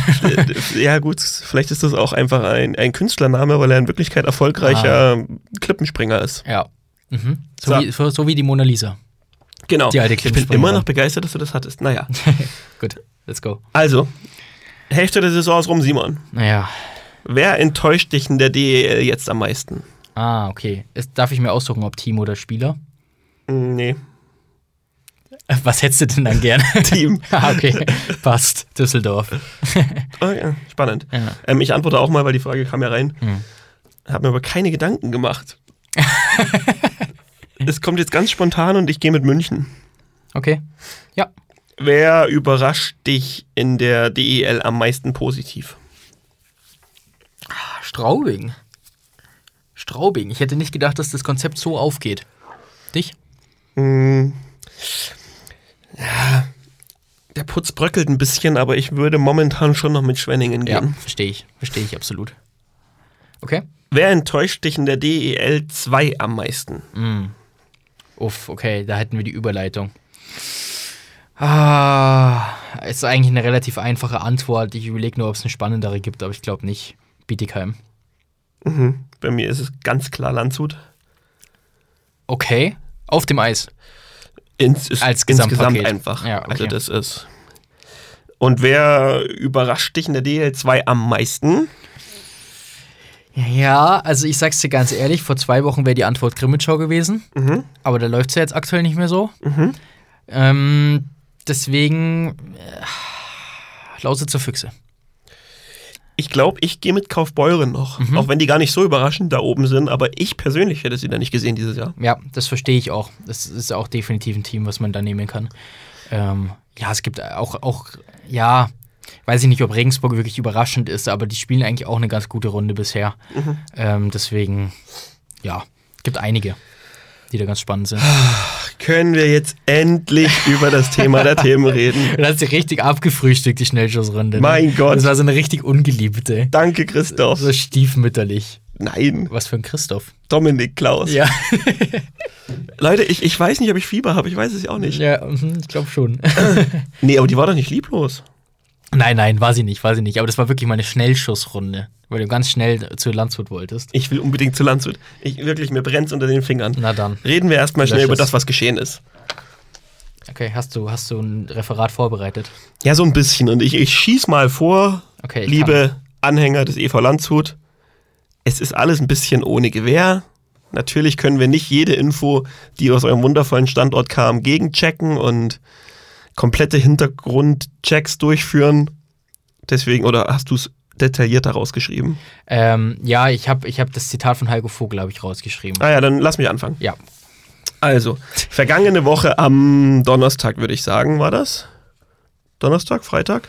Speaker 2: ja gut, vielleicht ist das auch einfach ein, ein Künstlername, weil er in Wirklichkeit erfolgreicher Klippenspringer ist.
Speaker 1: Ja. Mhm. So,
Speaker 2: So.
Speaker 1: Wie, so, so wie die Mona Lisa.
Speaker 2: Genau.
Speaker 1: Die alte
Speaker 2: ich bin immer
Speaker 1: Klippenspringer.
Speaker 2: noch begeistert, dass du das hattest. Naja,
Speaker 1: Gut, let's go.
Speaker 2: also, Hälfte der Saison ist rum, Simon.
Speaker 1: Naja.
Speaker 2: Wer enttäuscht dich in der DEL jetzt am meisten?
Speaker 1: Ah, okay. Jetzt darf ich mir aussuchen, ob Team oder Spieler?
Speaker 2: Mm, Nee,
Speaker 1: Äh, Was hättest du denn dann gerne?
Speaker 2: Team.
Speaker 1: ah, okay. Passt. Düsseldorf.
Speaker 2: Oh, ja, spannend.
Speaker 1: Ja.
Speaker 2: Ähm, ich antworte auch mal, weil die Frage kam ja rein.
Speaker 1: Hm.
Speaker 2: Hab mir aber keine Gedanken gemacht. es kommt jetzt ganz spontan und ich gehe mit München.
Speaker 1: Okay. Ja.
Speaker 2: Wer überrascht dich in der DEL am meisten positiv?
Speaker 1: Ah, Straubing. Straubing. Ich hätte nicht gedacht, dass das Konzept so aufgeht. Dich?
Speaker 2: Hm. Ja, Der Putz bröckelt ein bisschen, aber ich würde momentan schon noch mit Schwenningen
Speaker 1: Ja,
Speaker 2: gehen.
Speaker 1: verstehe ich. Verstehe ich absolut. Okay.
Speaker 2: Wer enttäuscht dich in der DEL 2 am meisten?
Speaker 1: Uff, okay, da hätten wir die Überleitung. Ah, ist eigentlich eine relativ einfache Antwort. Ich überlege nur, ob es eine spannendere gibt, aber ich glaube nicht. Bietigheim.
Speaker 2: Mhm. Bei mir ist es ganz klar Landshut.
Speaker 1: Okay, auf dem Eis.
Speaker 2: Ins, ist
Speaker 1: Als
Speaker 2: insgesamt
Speaker 1: Gesamtpaket.
Speaker 2: einfach.
Speaker 1: Ja, okay.
Speaker 2: Also das ist. Und wer überrascht dich in der DL2 am meisten?
Speaker 1: Ja, also ich sag's dir ganz ehrlich, vor zwei Wochen wäre die Antwort Grimmitschau gewesen. Aber da läuft's ja jetzt aktuell nicht mehr so. Ähm, deswegen äh, Lausitzer Füchse.
Speaker 2: Ich glaube, ich gehe mit Kaufbeuren noch. Auch wenn die gar nicht so überraschend da oben sind, aber ich persönlich hätte sie da nicht gesehen dieses Jahr.
Speaker 1: Ja, das verstehe ich auch. Das ist auch definitiv ein Team, was man da nehmen kann. Ähm, ja, es gibt auch, auch, ja, weiß ich nicht, ob Regensburg wirklich überraschend ist, aber die spielen eigentlich auch eine ganz gute Runde bisher.
Speaker 2: Mhm.
Speaker 1: Ähm, deswegen, ja, gibt einige, die da ganz spannend
Speaker 2: Ah.
Speaker 1: sind.
Speaker 2: Können wir jetzt endlich über das Thema der Themen reden?
Speaker 1: Du hast sie richtig abgefrühstückt, die Schnellschussrunde. ne?
Speaker 2: Mein Gott.
Speaker 1: Das war so eine richtig ungeliebte.
Speaker 2: Danke, Christoph.
Speaker 1: So stiefmütterlich.
Speaker 2: Nein,
Speaker 1: Was für ein Christoph.
Speaker 2: Dominik Klaus.
Speaker 1: Ja,
Speaker 2: Leute, ich, ich weiß nicht, ob ich Fieber habe. Ich weiß es ja auch nicht.
Speaker 1: ja mhm, ich glaube schon.
Speaker 2: Nee, aber die war doch nicht lieblos.
Speaker 1: Nein, nein, war sie nicht, war sie nicht. Aber das war wirklich mal eine Schnellschussrunde, weil du ganz schnell zu Landshut wolltest.
Speaker 2: Ich will unbedingt zu Landshut. Ich, wirklich, mir brennt unter den Fingern.
Speaker 1: Na dann.
Speaker 2: Reden wir erstmal schnell
Speaker 1: Lösch
Speaker 2: über
Speaker 1: es.
Speaker 2: das, was geschehen ist.
Speaker 1: Okay, hast du, hast du ein Referat vorbereitet?
Speaker 2: Ja, so ein bisschen. Und ich, ich schieß mal vor,
Speaker 1: Okay. ich
Speaker 2: liebe Anhänger des EV Landshut. Es ist alles ein bisschen ohne Gewehr. Natürlich können wir nicht jede Info, die aus eurem wundervollen Standort kam, gegenchecken und komplette Hintergrundchecks durchführen. Deswegen, oder hast du es detailliert daraus geschrieben?
Speaker 1: Ähm, ja, ich habe ich hab das Zitat von Heiko Vogel, habe ich rausgeschrieben.
Speaker 2: Ah ja, dann lass mich anfangen.
Speaker 1: Ja,
Speaker 2: Also, vergangene Woche am Donnerstag, würde ich sagen, war das? Donnerstag, Freitag?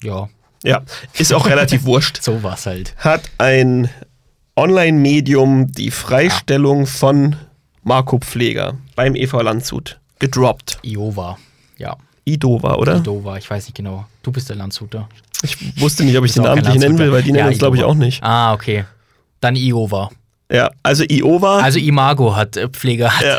Speaker 1: ja,
Speaker 2: Ja, ist auch relativ wurscht.
Speaker 1: so war's halt.
Speaker 2: hat ein Online-Medium die Freistellung von Marco Pfleger beim EV Landshut gedroppt.
Speaker 1: Iova. Ja,
Speaker 2: Ido war, oder?
Speaker 1: Dova, ich weiß nicht genau. Du bist der Landshuter.
Speaker 2: Ich wusste nicht, ob ich
Speaker 1: Bist
Speaker 2: den
Speaker 1: auch kein
Speaker 2: namentlich nennen
Speaker 1: Landshuter.
Speaker 2: will, weil die nennen
Speaker 1: Ja,
Speaker 2: uns, glaube ich,
Speaker 1: Iova.
Speaker 2: auch nicht.
Speaker 1: Ah, okay. Dann Iova.
Speaker 2: Ja, also Iova.
Speaker 1: Also Imago hat äh, Pfleger.
Speaker 2: Ja.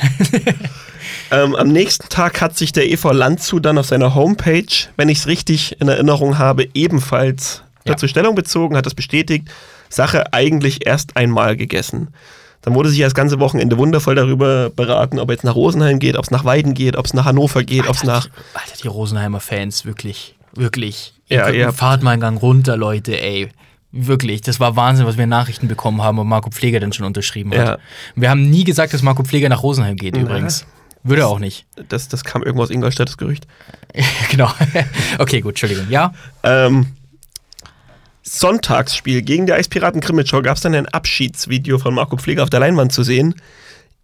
Speaker 2: ähm, am nächsten Tag hat sich der EV Landshut dann auf seiner Homepage, wenn ich es richtig in Erinnerung habe, ebenfalls
Speaker 1: Ja.
Speaker 2: dazu Stellung bezogen, hat das bestätigt. Sache eigentlich erst einmal gegessen. Dann wurde sich das ganze Wochenende wundervoll darüber beraten, ob jetzt nach Rosenheim geht, ob es nach Weiden geht, ob es nach Hannover geht, ob es nach.
Speaker 1: Alter, die Rosenheimer Fans, wirklich, wirklich.
Speaker 2: Ja,
Speaker 1: Ihr-
Speaker 2: ja.
Speaker 1: Fahrt mal einen Gang runter, Leute, ey. Wirklich, das war Wahnsinn, was wir Nachrichten bekommen haben und Marco Pfleger dann schon unterschrieben
Speaker 2: Ja.
Speaker 1: hat. Wir haben nie gesagt, dass Marco Pfleger nach Rosenheim geht, übrigens. Würde er auch nicht.
Speaker 2: Das, das kam irgendwo aus Ingolstadt, das Gerücht.
Speaker 1: genau. okay, gut, Entschuldigung. Ja,
Speaker 2: Ähm, Sonntagsspiel gegen die Eispiraten Grimmitschau gab es dann ein Abschiedsvideo von Marco Pfleger auf der Leinwand zu sehen,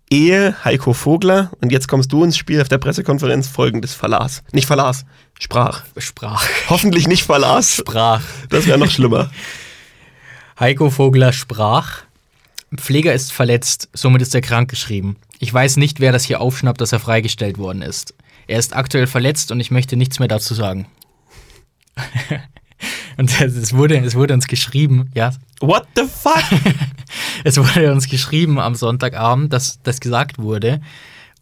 Speaker 2: ehe Heiko Vogler, und jetzt kommst du ins Spiel, auf der Pressekonferenz folgendes verlas. Nicht verlas, sprach.
Speaker 1: Sprach.
Speaker 2: Hoffentlich nicht verlas,
Speaker 1: Sprach.
Speaker 2: das wäre noch schlimmer.
Speaker 1: Heiko Vogler sprach. Pfleger ist verletzt, somit ist er krank geschrieben. Ich weiß nicht, wer das hier aufschnappt, dass er freigestellt worden ist. Er ist aktuell verletzt und ich möchte nichts mehr dazu sagen. und es es wurde, es wurde uns geschrieben, ja,
Speaker 2: What the fuck?
Speaker 1: es wurde uns geschrieben am Sonntagabend, dass das gesagt wurde.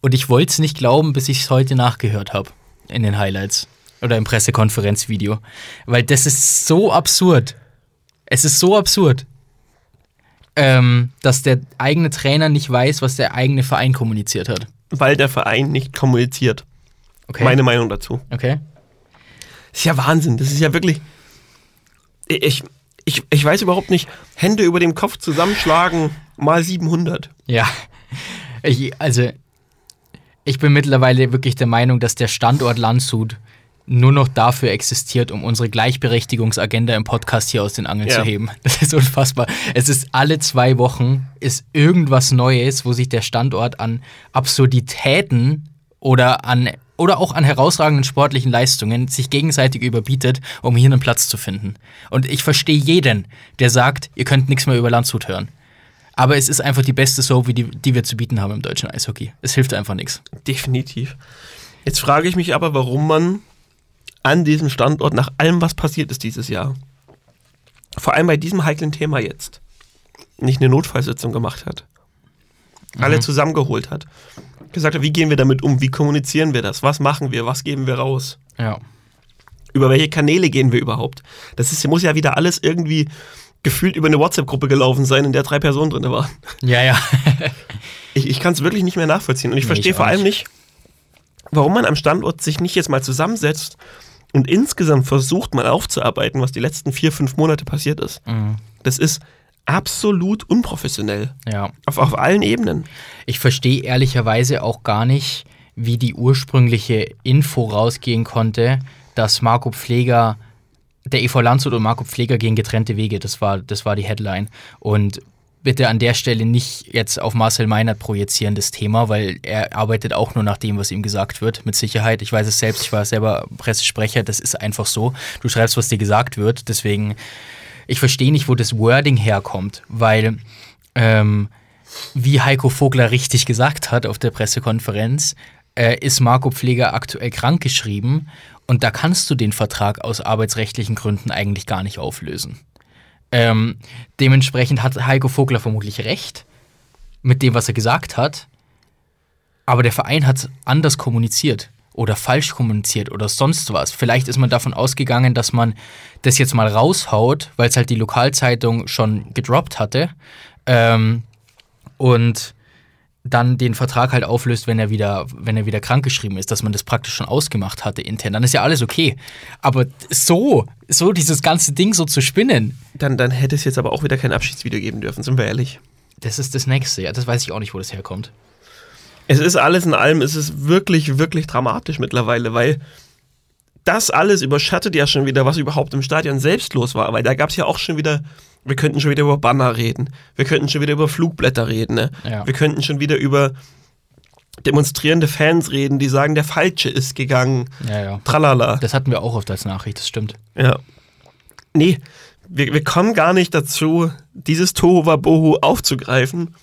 Speaker 1: Und ich wollte es nicht glauben, bis ich es heute nachgehört habe. In den Highlights. Oder im Pressekonferenzvideo. Weil das ist so absurd. Es ist so absurd. Ähm, dass der eigene Trainer nicht weiß, was der eigene Verein kommuniziert hat.
Speaker 2: Weil der Verein nicht kommuniziert.
Speaker 1: Okay.
Speaker 2: Meine Meinung dazu.
Speaker 1: okay.
Speaker 2: Das ist ja Wahnsinn, das ist ja wirklich. Ich, ich, ich weiß überhaupt nicht, Hände über dem Kopf zusammenschlagen mal 700.
Speaker 1: Ja. Ich, also, ich bin mittlerweile wirklich der Meinung, dass der Standort Landshut nur noch dafür existiert, um unsere Gleichberechtigungsagenda im Podcast hier aus den Angeln
Speaker 2: Ja.
Speaker 1: zu heben. Das ist unfassbar. Es ist alle zwei Wochen ist irgendwas Neues, wo sich der Standort an Absurditäten oder an oder auch an herausragenden sportlichen Leistungen sich gegenseitig überbietet, um hier einen Platz zu finden. Und ich verstehe jeden, der sagt, ihr könnt nichts mehr über Landshut hören. Aber es ist einfach die beste Soap, die, die wir zu bieten haben im deutschen Eishockey. Es hilft einfach nichts.
Speaker 2: Definitiv. Jetzt frage ich mich aber, warum man an diesem Standort nach allem, was passiert ist dieses Jahr, vor allem bei diesem heiklen Thema jetzt, nicht eine Notfallsitzung gemacht hat. Alle zusammengeholt hat. Gesagt hat, wie gehen wir damit um? Wie kommunizieren wir das? Was machen wir? Was geben wir raus?
Speaker 1: Ja.
Speaker 2: Über welche Kanäle gehen wir überhaupt? Das ist, muss ja wieder alles irgendwie gefühlt über eine WhatsApp-Gruppe gelaufen sein, in der drei Personen drin waren.
Speaker 1: Ja, ja.
Speaker 2: Ich, ich kann es wirklich nicht mehr nachvollziehen. Und ich
Speaker 1: Nee,
Speaker 2: verstehe
Speaker 1: ich
Speaker 2: vor
Speaker 1: auch
Speaker 2: allem nicht, warum man am Standort sich nicht jetzt mal zusammensetzt und insgesamt versucht mal aufzuarbeiten, was die letzten vier, fünf Monate passiert ist,
Speaker 1: Mhm.
Speaker 2: das ist absolut unprofessionell.
Speaker 1: Ja.
Speaker 2: Auf, auf allen Ebenen.
Speaker 1: Ich verstehe ehrlicherweise auch gar nicht, wie die ursprüngliche Info rausgehen konnte, dass Marco Pfleger, der EV Landshut und Marco Pfleger gehen getrennte Wege. Das war, das war die Headline. Und bitte an der Stelle nicht jetzt auf Marcel Meinert projizieren, das Thema, weil er arbeitet auch nur nach dem, was ihm gesagt wird, mit Sicherheit. Ich weiß es selbst, ich war selber Pressesprecher, das ist einfach so. Du schreibst, was dir gesagt wird, deswegen, ich verstehe nicht, wo das Wording herkommt, weil ähm, wie Heiko Vogler richtig gesagt hat auf der Pressekonferenz, äh, ist Marco Pfleger aktuell krankgeschrieben und da kannst du den Vertrag aus arbeitsrechtlichen Gründen eigentlich gar nicht auflösen. Ähm, dementsprechend hat Heiko Vogler vermutlich recht mit dem, was er gesagt hat, aber der Verein hat anders kommuniziert oder falsch kommuniziert oder sonst was. Vielleicht ist man davon ausgegangen, dass man das jetzt mal raushaut, weil es halt die Lokalzeitung schon gedroppt hatte. Ähm, und dann den Vertrag halt auflöst, wenn er wieder, wenn er wieder krankgeschrieben ist, dass man das praktisch schon ausgemacht hatte intern, dann ist ja alles okay. Aber so, so dieses ganze Ding so zu spinnen,
Speaker 2: Dann, dann hätte es jetzt aber auch wieder kein Abschiedsvideo geben dürfen, sind wir ehrlich.
Speaker 1: das ist das Nächste. Ja, das weiß ich auch nicht, wo das herkommt.
Speaker 2: Es ist alles in allem, es ist wirklich, wirklich dramatisch mittlerweile, weil das alles überschattet ja schon wieder, was überhaupt im Stadion selbst los war. Weil da gab es ja auch schon wieder, wir könnten schon wieder über Banner reden, wir könnten schon wieder über Flugblätter reden, ne?
Speaker 1: Ja.
Speaker 2: wir könnten schon wieder über demonstrierende Fans reden, die sagen, der Falsche ist gegangen,
Speaker 1: Ja, ja.
Speaker 2: tralala.
Speaker 1: Das hatten wir auch oft als Nachricht, das stimmt.
Speaker 2: Ja. Nee, wir, wir kommen gar nicht dazu, dieses Tohuwabohu aufzugreifen,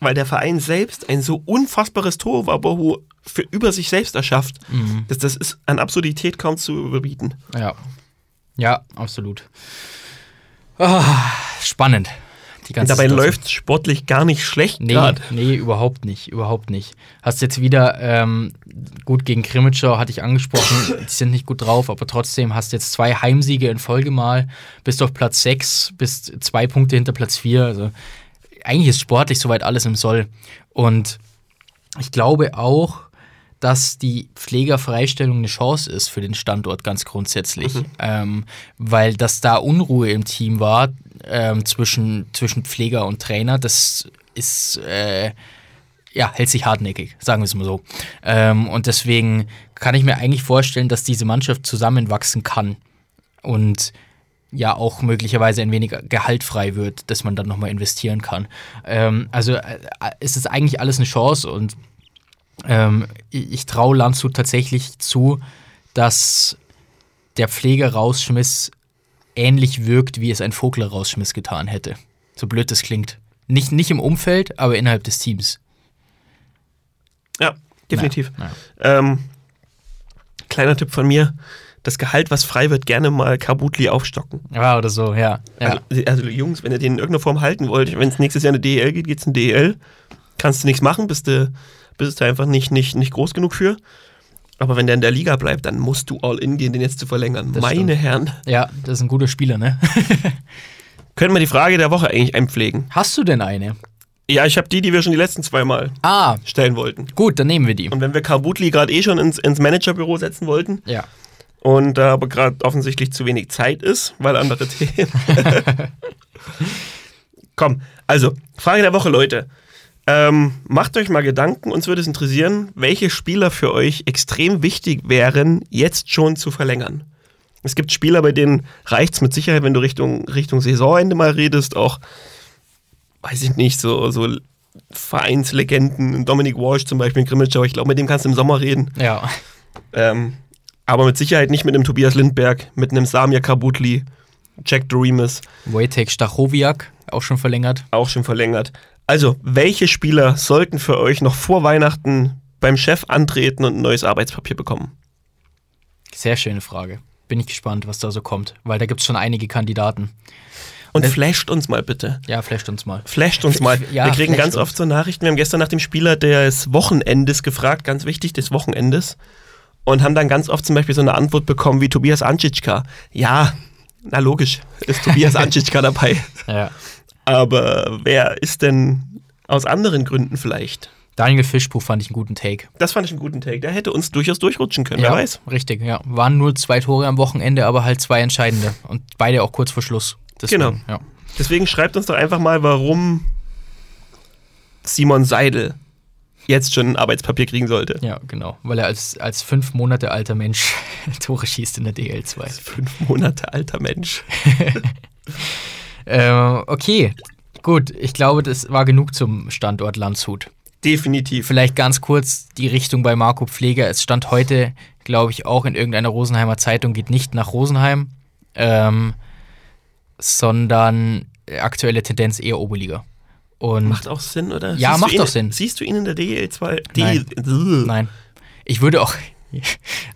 Speaker 2: weil der Verein selbst ein so unfassbares Tohuwabohu für über sich selbst erschafft. Das, das ist an Absurdität kaum zu überbieten.
Speaker 1: Ja. Ja, absolut. Ah, spannend. Die
Speaker 2: Und
Speaker 1: ganze
Speaker 2: dabei
Speaker 1: Situation.
Speaker 2: läuft sportlich gar nicht schlecht
Speaker 1: Nee,
Speaker 2: gerade.
Speaker 1: nee, überhaupt nicht, überhaupt nicht. Hast jetzt wieder, ähm, gut, gegen Krimitschau hatte ich angesprochen, die sind nicht gut drauf, aber trotzdem hast jetzt zwei Heimsiege in Folge mal, bist auf Platz 6, bist zwei Punkte hinter Platz 4. Also eigentlich ist sportlich soweit alles im Soll. Und ich glaube auch, dass die Pflegerfreistellung eine Chance ist für den Standort ganz grundsätzlich, ähm, weil dass da Unruhe im Team war ähm, zwischen, zwischen Pfleger und Trainer, das ist äh, ja, hält sich hartnäckig, sagen wir es mal so. Ähm, und deswegen kann ich mir eigentlich vorstellen, dass diese Mannschaft zusammenwachsen kann und ja auch möglicherweise ein wenig gehaltfrei wird, dass man dann nochmal investieren kann. Ähm, also äh, es ist eigentlich alles eine Chance und ähm, ich, ich traue Landshut tatsächlich zu, dass der Pflegerausschmiss ähnlich wirkt, wie es ein Vogler-Rausschmiss getan hätte. So blöd das klingt. Nicht, nicht im Umfeld, aber innerhalb des Teams.
Speaker 2: Ja, definitiv.
Speaker 1: Naja, naja.
Speaker 2: Ähm, kleiner Tipp von mir. Das Gehalt, was frei wird, gerne mal Kabutli aufstocken.
Speaker 1: Ja, oder so, ja. ja.
Speaker 2: Also, also Jungs, wenn ihr den in irgendeiner Form halten wollt, wenn es nächstes Jahr in eine DEL geht, geht's in die DEL. Kannst du nichts machen, bist du, bist du einfach nicht, nicht, nicht groß genug für. Aber wenn der in der Liga bleibt, dann musst du all in gehen, den jetzt zu verlängern.
Speaker 1: Das
Speaker 2: Meine
Speaker 1: stimmt.
Speaker 2: Herren.
Speaker 1: ja, das ist ein guter Spieler, ne?
Speaker 2: Können wir die Frage der Woche eigentlich einpflegen?
Speaker 1: Hast du denn eine?
Speaker 2: Ja, ich habe die, die wir schon die letzten zweimal
Speaker 1: Ah,
Speaker 2: stellen wollten.
Speaker 1: gut, dann nehmen wir die.
Speaker 2: Und wenn wir Kabutli gerade eh schon ins, ins Managerbüro setzen wollten
Speaker 1: Ja.
Speaker 2: und da aber gerade offensichtlich zu wenig Zeit ist, weil andere Themen. Komm, also, Frage der Woche, Leute. Ähm, macht euch mal Gedanken, uns würde es interessieren, welche Spieler für euch extrem wichtig wären, jetzt schon zu verlängern. Es gibt Spieler, bei denen reicht es mit Sicherheit, wenn du Richtung, Richtung Saisonende mal redest, auch, weiß ich nicht, so, so Vereinslegenden, Dominic Walsh zum Beispiel in Grimmitschau, ich glaube, mit dem kannst du im Sommer reden.
Speaker 1: Ja.
Speaker 2: Ähm, aber mit Sicherheit nicht mit einem Tobias Lindberg, mit einem Samir Kabutli, Jack Doremus,
Speaker 1: Wojtek Stachowiak, auch schon verlängert.
Speaker 2: auch schon verlängert. Also, welche Spieler sollten für euch noch vor Weihnachten beim Chef antreten und ein neues Arbeitspapier bekommen?
Speaker 1: Sehr schöne Frage. Bin ich gespannt, was da so kommt, weil da gibt es schon einige Kandidaten.
Speaker 2: Und
Speaker 1: Äh,
Speaker 2: flasht uns mal bitte.
Speaker 1: Ja, flasht uns mal.
Speaker 2: Flasht uns mal.
Speaker 1: Ja,
Speaker 2: wir kriegen
Speaker 1: flasht
Speaker 2: ganz
Speaker 1: uns.
Speaker 2: oft so Nachrichten. Wir haben gestern nach dem Spieler des Wochenendes gefragt, ganz wichtig, des Wochenendes. Und haben dann ganz oft zum Beispiel so eine Antwort bekommen wie Tobias Antschitschka. Ja, na logisch, ist Tobias Antschitschka dabei.
Speaker 1: Ja.
Speaker 2: Aber wer ist denn aus anderen Gründen vielleicht?
Speaker 1: Daniel Fischbuch fand ich einen guten Take.
Speaker 2: Das fand ich einen guten Take. Der hätte uns durchaus durchrutschen können, wer weiß.
Speaker 1: Richtig, ja. Waren nur zwei Tore am Wochenende, aber halt zwei entscheidende. Und beide auch kurz vor Schluss.
Speaker 2: Genau.
Speaker 1: Ja.
Speaker 2: Deswegen schreibt uns doch einfach mal, warum Simon Seidel jetzt schon ein Arbeitspapier kriegen sollte.
Speaker 1: ja, genau. Weil er als, als fünf Monate alter Mensch Tore schießt in der DL2.
Speaker 2: Fünf Monate alter Mensch.
Speaker 1: Ähm, okay, gut. Ich glaube, das war genug zum Standort Landshut.
Speaker 2: Definitiv.
Speaker 1: Vielleicht ganz kurz die Richtung bei Marco Pfleger. Es stand heute, glaube ich, auch in irgendeiner Rosenheimer Zeitung, geht nicht nach Rosenheim, ähm, sondern aktuelle Tendenz eher Oberliga. Und
Speaker 2: Macht auch Sinn, oder?
Speaker 1: Ja,
Speaker 2: du
Speaker 1: macht
Speaker 2: ihn,
Speaker 1: doch Sinn.
Speaker 2: Siehst du ihn in der DL2?
Speaker 1: Nein.
Speaker 2: DL
Speaker 1: nein, ich würde auch.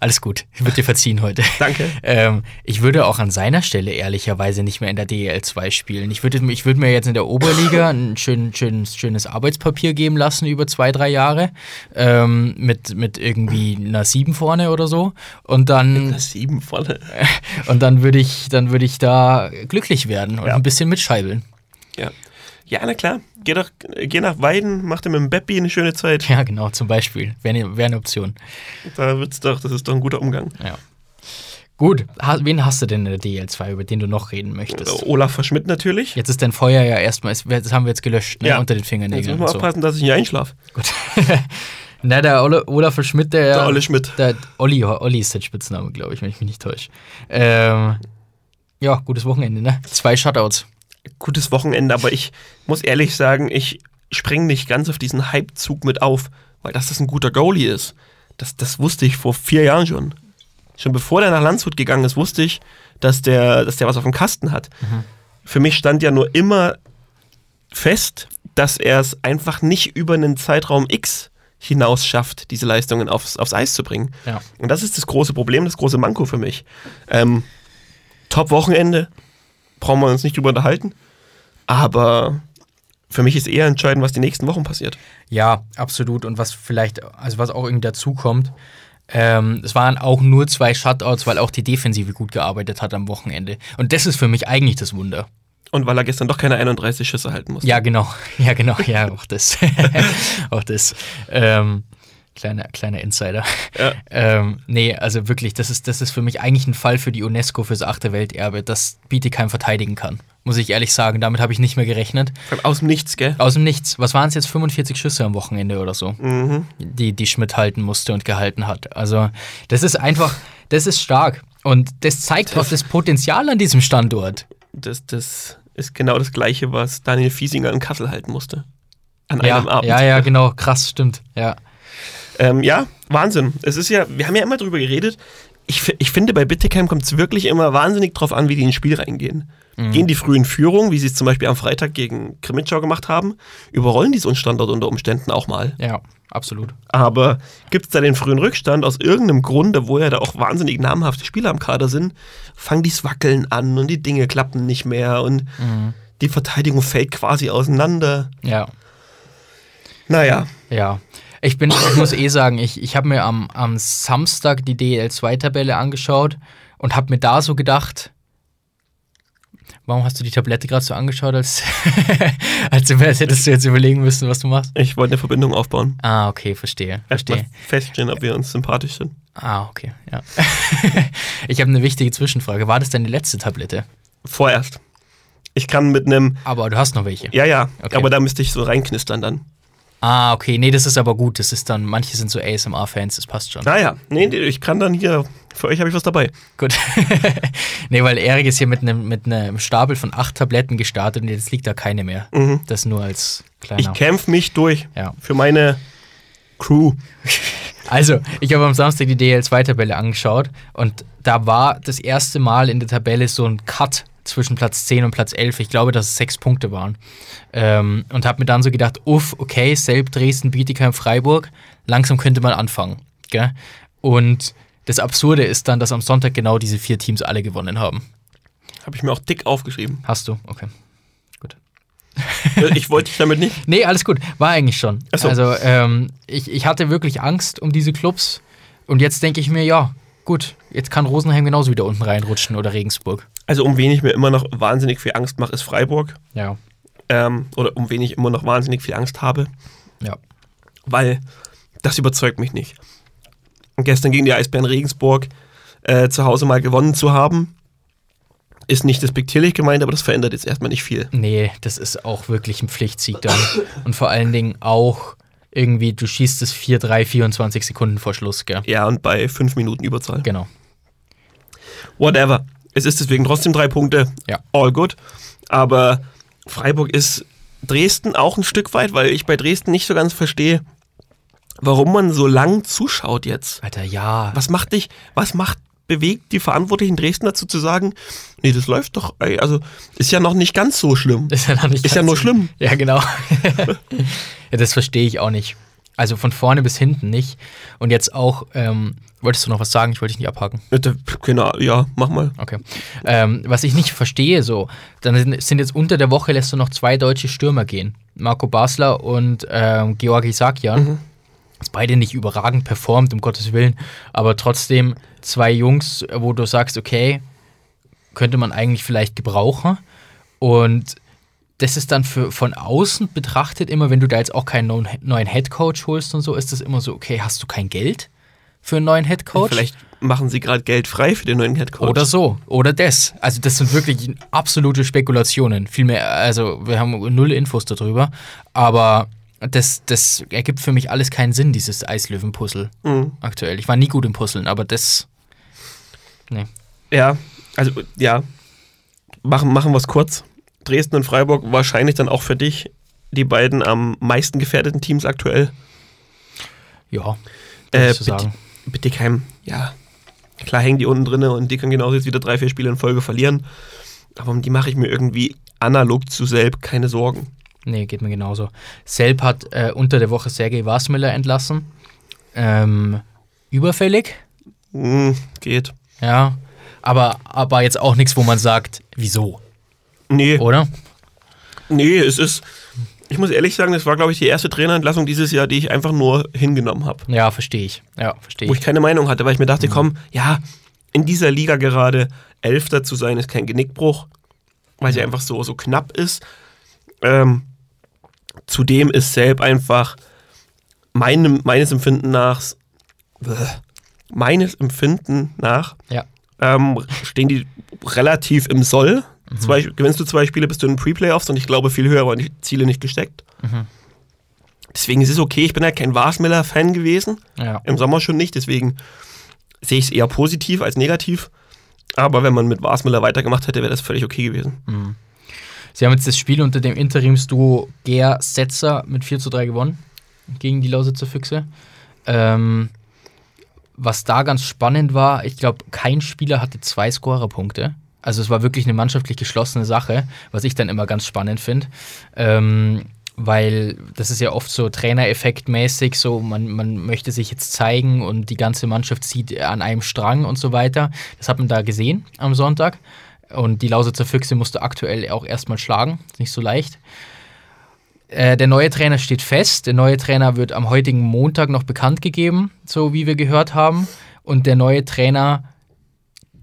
Speaker 1: Alles gut, wird dir verziehen heute.
Speaker 2: Danke.
Speaker 1: Ähm, ich würde auch an seiner Stelle ehrlicherweise nicht mehr in der DEL2 spielen. Ich würde, ich würde mir jetzt in der Oberliga ein schön, schön, schönes Arbeitspapier geben lassen über zwei, drei Jahre. Ähm, mit, mit irgendwie einer 7 vorne oder so. Und dann,
Speaker 2: Das sieben volle.
Speaker 1: und dann würde ich, dann würde ich da glücklich werden und
Speaker 2: Ja.
Speaker 1: ein bisschen mitscheibeln.
Speaker 2: Ja. Ja, na klar. Geh doch, geh nach Weiden, mach dir mit dem Beppi eine schöne Zeit.
Speaker 1: Ja, genau, zum Beispiel. Wäre wär eine Option.
Speaker 2: Da wird's doch, das ist doch ein guter Umgang.
Speaker 1: Ja. Gut, ha, wen hast du denn in der DEL2, über den du noch reden möchtest?
Speaker 2: Äh, Olaf Verschmidt natürlich.
Speaker 1: Jetzt ist dein Feuer ja erstmal, ist- das haben wir jetzt gelöscht, ne?
Speaker 2: Ja.
Speaker 1: unter den
Speaker 2: Jetzt
Speaker 1: Fingernägeln.
Speaker 2: müssen wir
Speaker 1: und so.
Speaker 2: aufpassen, dass ich nicht einschlafe.
Speaker 1: Gut. Na, der Ole, Olaf Schmidt, der.
Speaker 2: Der Olle Schmidt.
Speaker 1: Der Olli, Olli ist sein Spitzname, glaube ich, wenn ich mich nicht täusche. Ähm, ja, gutes Wochenende, ne? Zwei Shutouts.
Speaker 2: Gutes Wochenende, aber ich muss ehrlich sagen, ich springe nicht ganz auf diesen Hypezug mit auf, weil dass das ein guter Goalie ist. Das, das wusste ich vor vier Jahren schon. Schon bevor der nach Landshut gegangen ist, wusste ich, dass der, dass der was auf dem Kasten hat. Für mich stand ja nur immer fest, dass er es einfach nicht über einen Zeitraum X hinaus schafft, diese Leistungen aufs, aufs Eis zu bringen.
Speaker 1: Ja.
Speaker 2: Und das ist das große Problem, das große Manko für mich. Ähm, Top-Wochenende, brauchen wir uns nicht drüber unterhalten. Aber für mich ist eher entscheidend, was die nächsten Wochen passiert.
Speaker 1: Ja, absolut. Und was vielleicht, also was auch irgendwie dazukommt, ähm, es waren auch nur zwei Shutouts, weil auch die Defensive gut gearbeitet hat am Wochenende. Und das ist für mich eigentlich das Wunder.
Speaker 2: Und weil er gestern doch keine 31 Schüsse halten musste.
Speaker 1: Ja, genau. Ja, genau. Ja, auch das. auch das. Ähm, kleiner, kleiner Insider.
Speaker 2: Ja.
Speaker 1: Ähm, nee, also wirklich, das ist, das ist für mich eigentlich ein Fall für die UNESCO fürs achte Welterbe, das Bietigheim verteidigen kann. Muss ich ehrlich sagen, damit habe ich nicht mehr gerechnet.
Speaker 2: Aus dem Nichts, gell?
Speaker 1: Aus dem Nichts. Was waren es jetzt? 45 Schüsse am Wochenende oder so,
Speaker 2: Mhm.
Speaker 1: die, die Schmidt halten musste und gehalten hat. Also, das ist einfach, das ist stark. Und das zeigt auch das Potenzial an diesem Standort.
Speaker 2: Das, das ist genau das Gleiche, was Daniel Fiesinger in Kassel halten musste. An
Speaker 1: Ja,
Speaker 2: einem Abend.
Speaker 1: ja, ja, genau. Krass, stimmt. Ja.
Speaker 2: Ähm, ja, Wahnsinn. Es ist ja, wir haben ja immer drüber geredet. Ich, fi- ich finde, bei Bittigheim kommt es wirklich immer wahnsinnig drauf an, wie die ins Spiel reingehen. Gehen die früh in Führung, wie sie es zum Beispiel am Freitag gegen Krimitschau gemacht haben, überrollen die so einen Standort unter Umständen auch mal.
Speaker 1: Ja, absolut.
Speaker 2: Aber gibt es da den frühen Rückstand aus irgendeinem Grund, obwohl ja da auch wahnsinnig namhafte Spieler am Kader sind, fangen die's Wackeln an und die Dinge klappen nicht mehr und die Verteidigung fällt quasi auseinander.
Speaker 1: Ja,
Speaker 2: Naja,
Speaker 1: ja. Ich bin, ich muss eh sagen, ich, ich habe mir am, am Samstag die DL2-Tabelle angeschaut und habe mir da so gedacht, warum hast du die Tablette gerade so angeschaut, als, als, als hättest du jetzt überlegen müssen, was du machst?
Speaker 2: ich wollte eine Verbindung aufbauen.
Speaker 1: Ah, okay, verstehe.
Speaker 2: Erstmal
Speaker 1: Verstehe.
Speaker 2: feststellen, ob wir uns sympathisch sind.
Speaker 1: Ah, okay, ja. ich habe eine wichtige Zwischenfrage. War das deine letzte Tablette?
Speaker 2: Vorerst. Ich kann mit einem,
Speaker 1: Aber du hast noch welche.
Speaker 2: ja, ja,
Speaker 1: Okay.
Speaker 2: aber da müsste ich so reinknistern dann.
Speaker 1: Ah, okay. Nee, das ist aber gut. Das ist dann, manche sind so ASMR-Fans, das passt schon.
Speaker 2: Naja, nee, nee, ich kann dann hier, für euch habe ich was dabei.
Speaker 1: Gut. nee, weil Erik ist hier mit einem mit einem Stapel von acht Tabletten gestartet und jetzt liegt da keine mehr. Das nur als
Speaker 2: Ich
Speaker 1: kleiner.
Speaker 2: kämpfe mich durch
Speaker 1: Ja.
Speaker 2: für meine Crew.
Speaker 1: Also, ich habe am Samstag die DL2-Tabelle angeschaut und da war das erste Mal in der Tabelle so ein Cut zwischen Platz 10 und Platz 11. Ich glaube, dass es sechs Punkte waren. Ähm, und habe mir dann so gedacht, uff, okay, Selb, Dresden, Bietigheim, Freiburg, langsam könnte man anfangen. Gell? Und das Absurde ist dann, dass am Sonntag genau diese vier Teams alle gewonnen haben.
Speaker 2: Habe ich mir auch dick aufgeschrieben.
Speaker 1: Hast du? Okay.
Speaker 2: Äh, ich wollte dich damit nicht.
Speaker 1: Nee, alles gut. War eigentlich schon.
Speaker 2: Ach so.
Speaker 1: Also, ähm, ich, ich hatte wirklich Angst um diese Clubs. Und jetzt denke ich mir, ja, gut, jetzt kann Rosenheim genauso wieder unten reinrutschen oder Regensburg.
Speaker 2: Also um wen ich mir immer noch wahnsinnig viel Angst mache, ist Freiburg.
Speaker 1: Ja.
Speaker 2: Ähm, oder um wen ich immer noch wahnsinnig viel Angst habe.
Speaker 1: Ja.
Speaker 2: weil das überzeugt mich nicht. Und gestern gegen die Eisbären Regensburg äh, zu Hause mal gewonnen zu haben, ist nicht despektierlich gemeint, aber das verändert jetzt erstmal nicht viel.
Speaker 1: Nee, das ist auch wirklich ein Pflichtsieg dann. Und vor allen Dingen auch irgendwie, du schießt es 4-3, 24 Sekunden vor Schluss, gell?
Speaker 2: Ja, und bei fünf Minuten Überzahl.
Speaker 1: Genau.
Speaker 2: Whatever. Es ist deswegen trotzdem drei Punkte.
Speaker 1: Ja.
Speaker 2: All good. Aber Freiburg ist Dresden auch ein Stück weit, weil ich bei Dresden nicht so ganz verstehe, warum man so lang zuschaut jetzt.
Speaker 1: Alter, ja.
Speaker 2: Was macht dich, was macht, bewegt die Verantwortlichen Dresden dazu zu sagen, nee, das läuft doch, ey, also ist ja noch nicht ganz so schlimm.
Speaker 1: Ist ja, noch nicht
Speaker 2: Ist ja
Speaker 1: ganz-
Speaker 2: nur schlimm.
Speaker 1: Ja, genau. ja, das verstehe ich auch nicht. Also von vorne bis hinten nicht. Und jetzt auch, ähm, wolltest du noch was sagen? Ich wollte dich nicht abhaken.
Speaker 2: Da- Keine Ahnung, genau, ja, mach mal.
Speaker 1: Okay. Ähm, was ich nicht verstehe, so, dann sind- sind jetzt unter der Woche lässt du noch zwei deutsche Stürmer gehen. Marco Basler und ähm, Georgi Sakian. Jetzt Beide nicht überragend performt, um Gottes Willen, aber trotzdem zwei Jungs, wo du sagst, okay, könnte man eigentlich vielleicht gebrauchen. Und das ist dann für, von außen betrachtet immer, wenn du da jetzt auch keinen neuen, neuen Headcoach holst und so, ist das immer so, okay, hast du kein Geld für einen neuen Headcoach?
Speaker 2: Vielleicht machen sie gerade Geld frei für den neuen Headcoach.
Speaker 1: Oder so, oder das. Also das sind wirklich absolute Spekulationen. Vielmehr, also wir haben null Infos darüber, aber das, das ergibt für mich alles keinen Sinn, dieses Eislöwen-Puzzle
Speaker 2: Mhm.
Speaker 1: aktuell. Ich war nie gut im Puzzeln, aber das... Nee.
Speaker 2: Ja, also ja, machen, machen wir es kurz. Dresden und Freiburg wahrscheinlich dann auch für dich die beiden am meisten gefährdeten Teams aktuell.
Speaker 1: Ja,
Speaker 2: Äh,
Speaker 1: äh, zu
Speaker 2: bitte,
Speaker 1: sagen.
Speaker 2: Bittigheim, ja. Klar hängen die unten drinne und die können genauso jetzt wieder drei, vier Spiele in Folge verlieren. Aber um die mache ich mir irgendwie analog zu Selb keine Sorgen.
Speaker 1: Nee, geht mir genauso. Selb hat äh, unter der Woche Sergei Wasmüller entlassen. Ähm, überfällig,
Speaker 2: Hm, geht.
Speaker 1: ja. Aber, aber jetzt auch nichts, wo man sagt, wieso,
Speaker 2: Nee,
Speaker 1: oder?
Speaker 2: nee, es ist. Ich muss ehrlich sagen, das war, glaube ich, die erste Trainerentlassung dieses Jahr, die ich einfach nur hingenommen habe.
Speaker 1: Ja, verstehe ich. Ja, verstehe
Speaker 2: wo
Speaker 1: ich.
Speaker 2: ich keine Meinung hatte, weil ich mir dachte, komm, ja, in dieser Liga gerade Elfter zu sein, ist kein Genickbruch, weil sie einfach so, so knapp ist. Ähm, zudem ist Selb einfach meinem, meines Empfinden nach, meines Empfinden nach,
Speaker 1: Ja.
Speaker 2: ähm, stehen die relativ im Soll. Zwei, gewinnst du zwei Spiele, bist du in den Pre-Playoffs und ich glaube, viel höher waren die Ziele nicht gesteckt. Deswegen ist es okay, ich bin halt kein Wasmiller-Fan gewesen
Speaker 1: Ja.
Speaker 2: im Sommer schon nicht, deswegen sehe ich es eher positiv als negativ. Aber wenn man mit Wasmiller weitergemacht hätte, wäre das völlig okay gewesen.
Speaker 1: Sie haben jetzt das Spiel unter dem Interimsduo Ger Setzer mit 4 zu 3 gewonnen gegen die Lausitzer Füchse. Ähm, was da ganz spannend war, ich glaube, kein Spieler hatte zwei Scorerpunkte. Also es war wirklich eine mannschaftlich geschlossene Sache, was ich dann immer ganz spannend finde. Ähm, weil das ist ja oft so Trainereffektmäßig, so man, man möchte sich jetzt zeigen und die ganze Mannschaft zieht an einem Strang und so weiter. Das hat man da gesehen am Sonntag. Und die Lausitzer Füchse musste aktuell auch erstmal schlagen. Ist nicht so leicht. Äh, der neue Trainer steht fest. Der neue Trainer wird am heutigen Montag noch bekannt gegeben, so wie wir gehört haben. Und der neue Trainer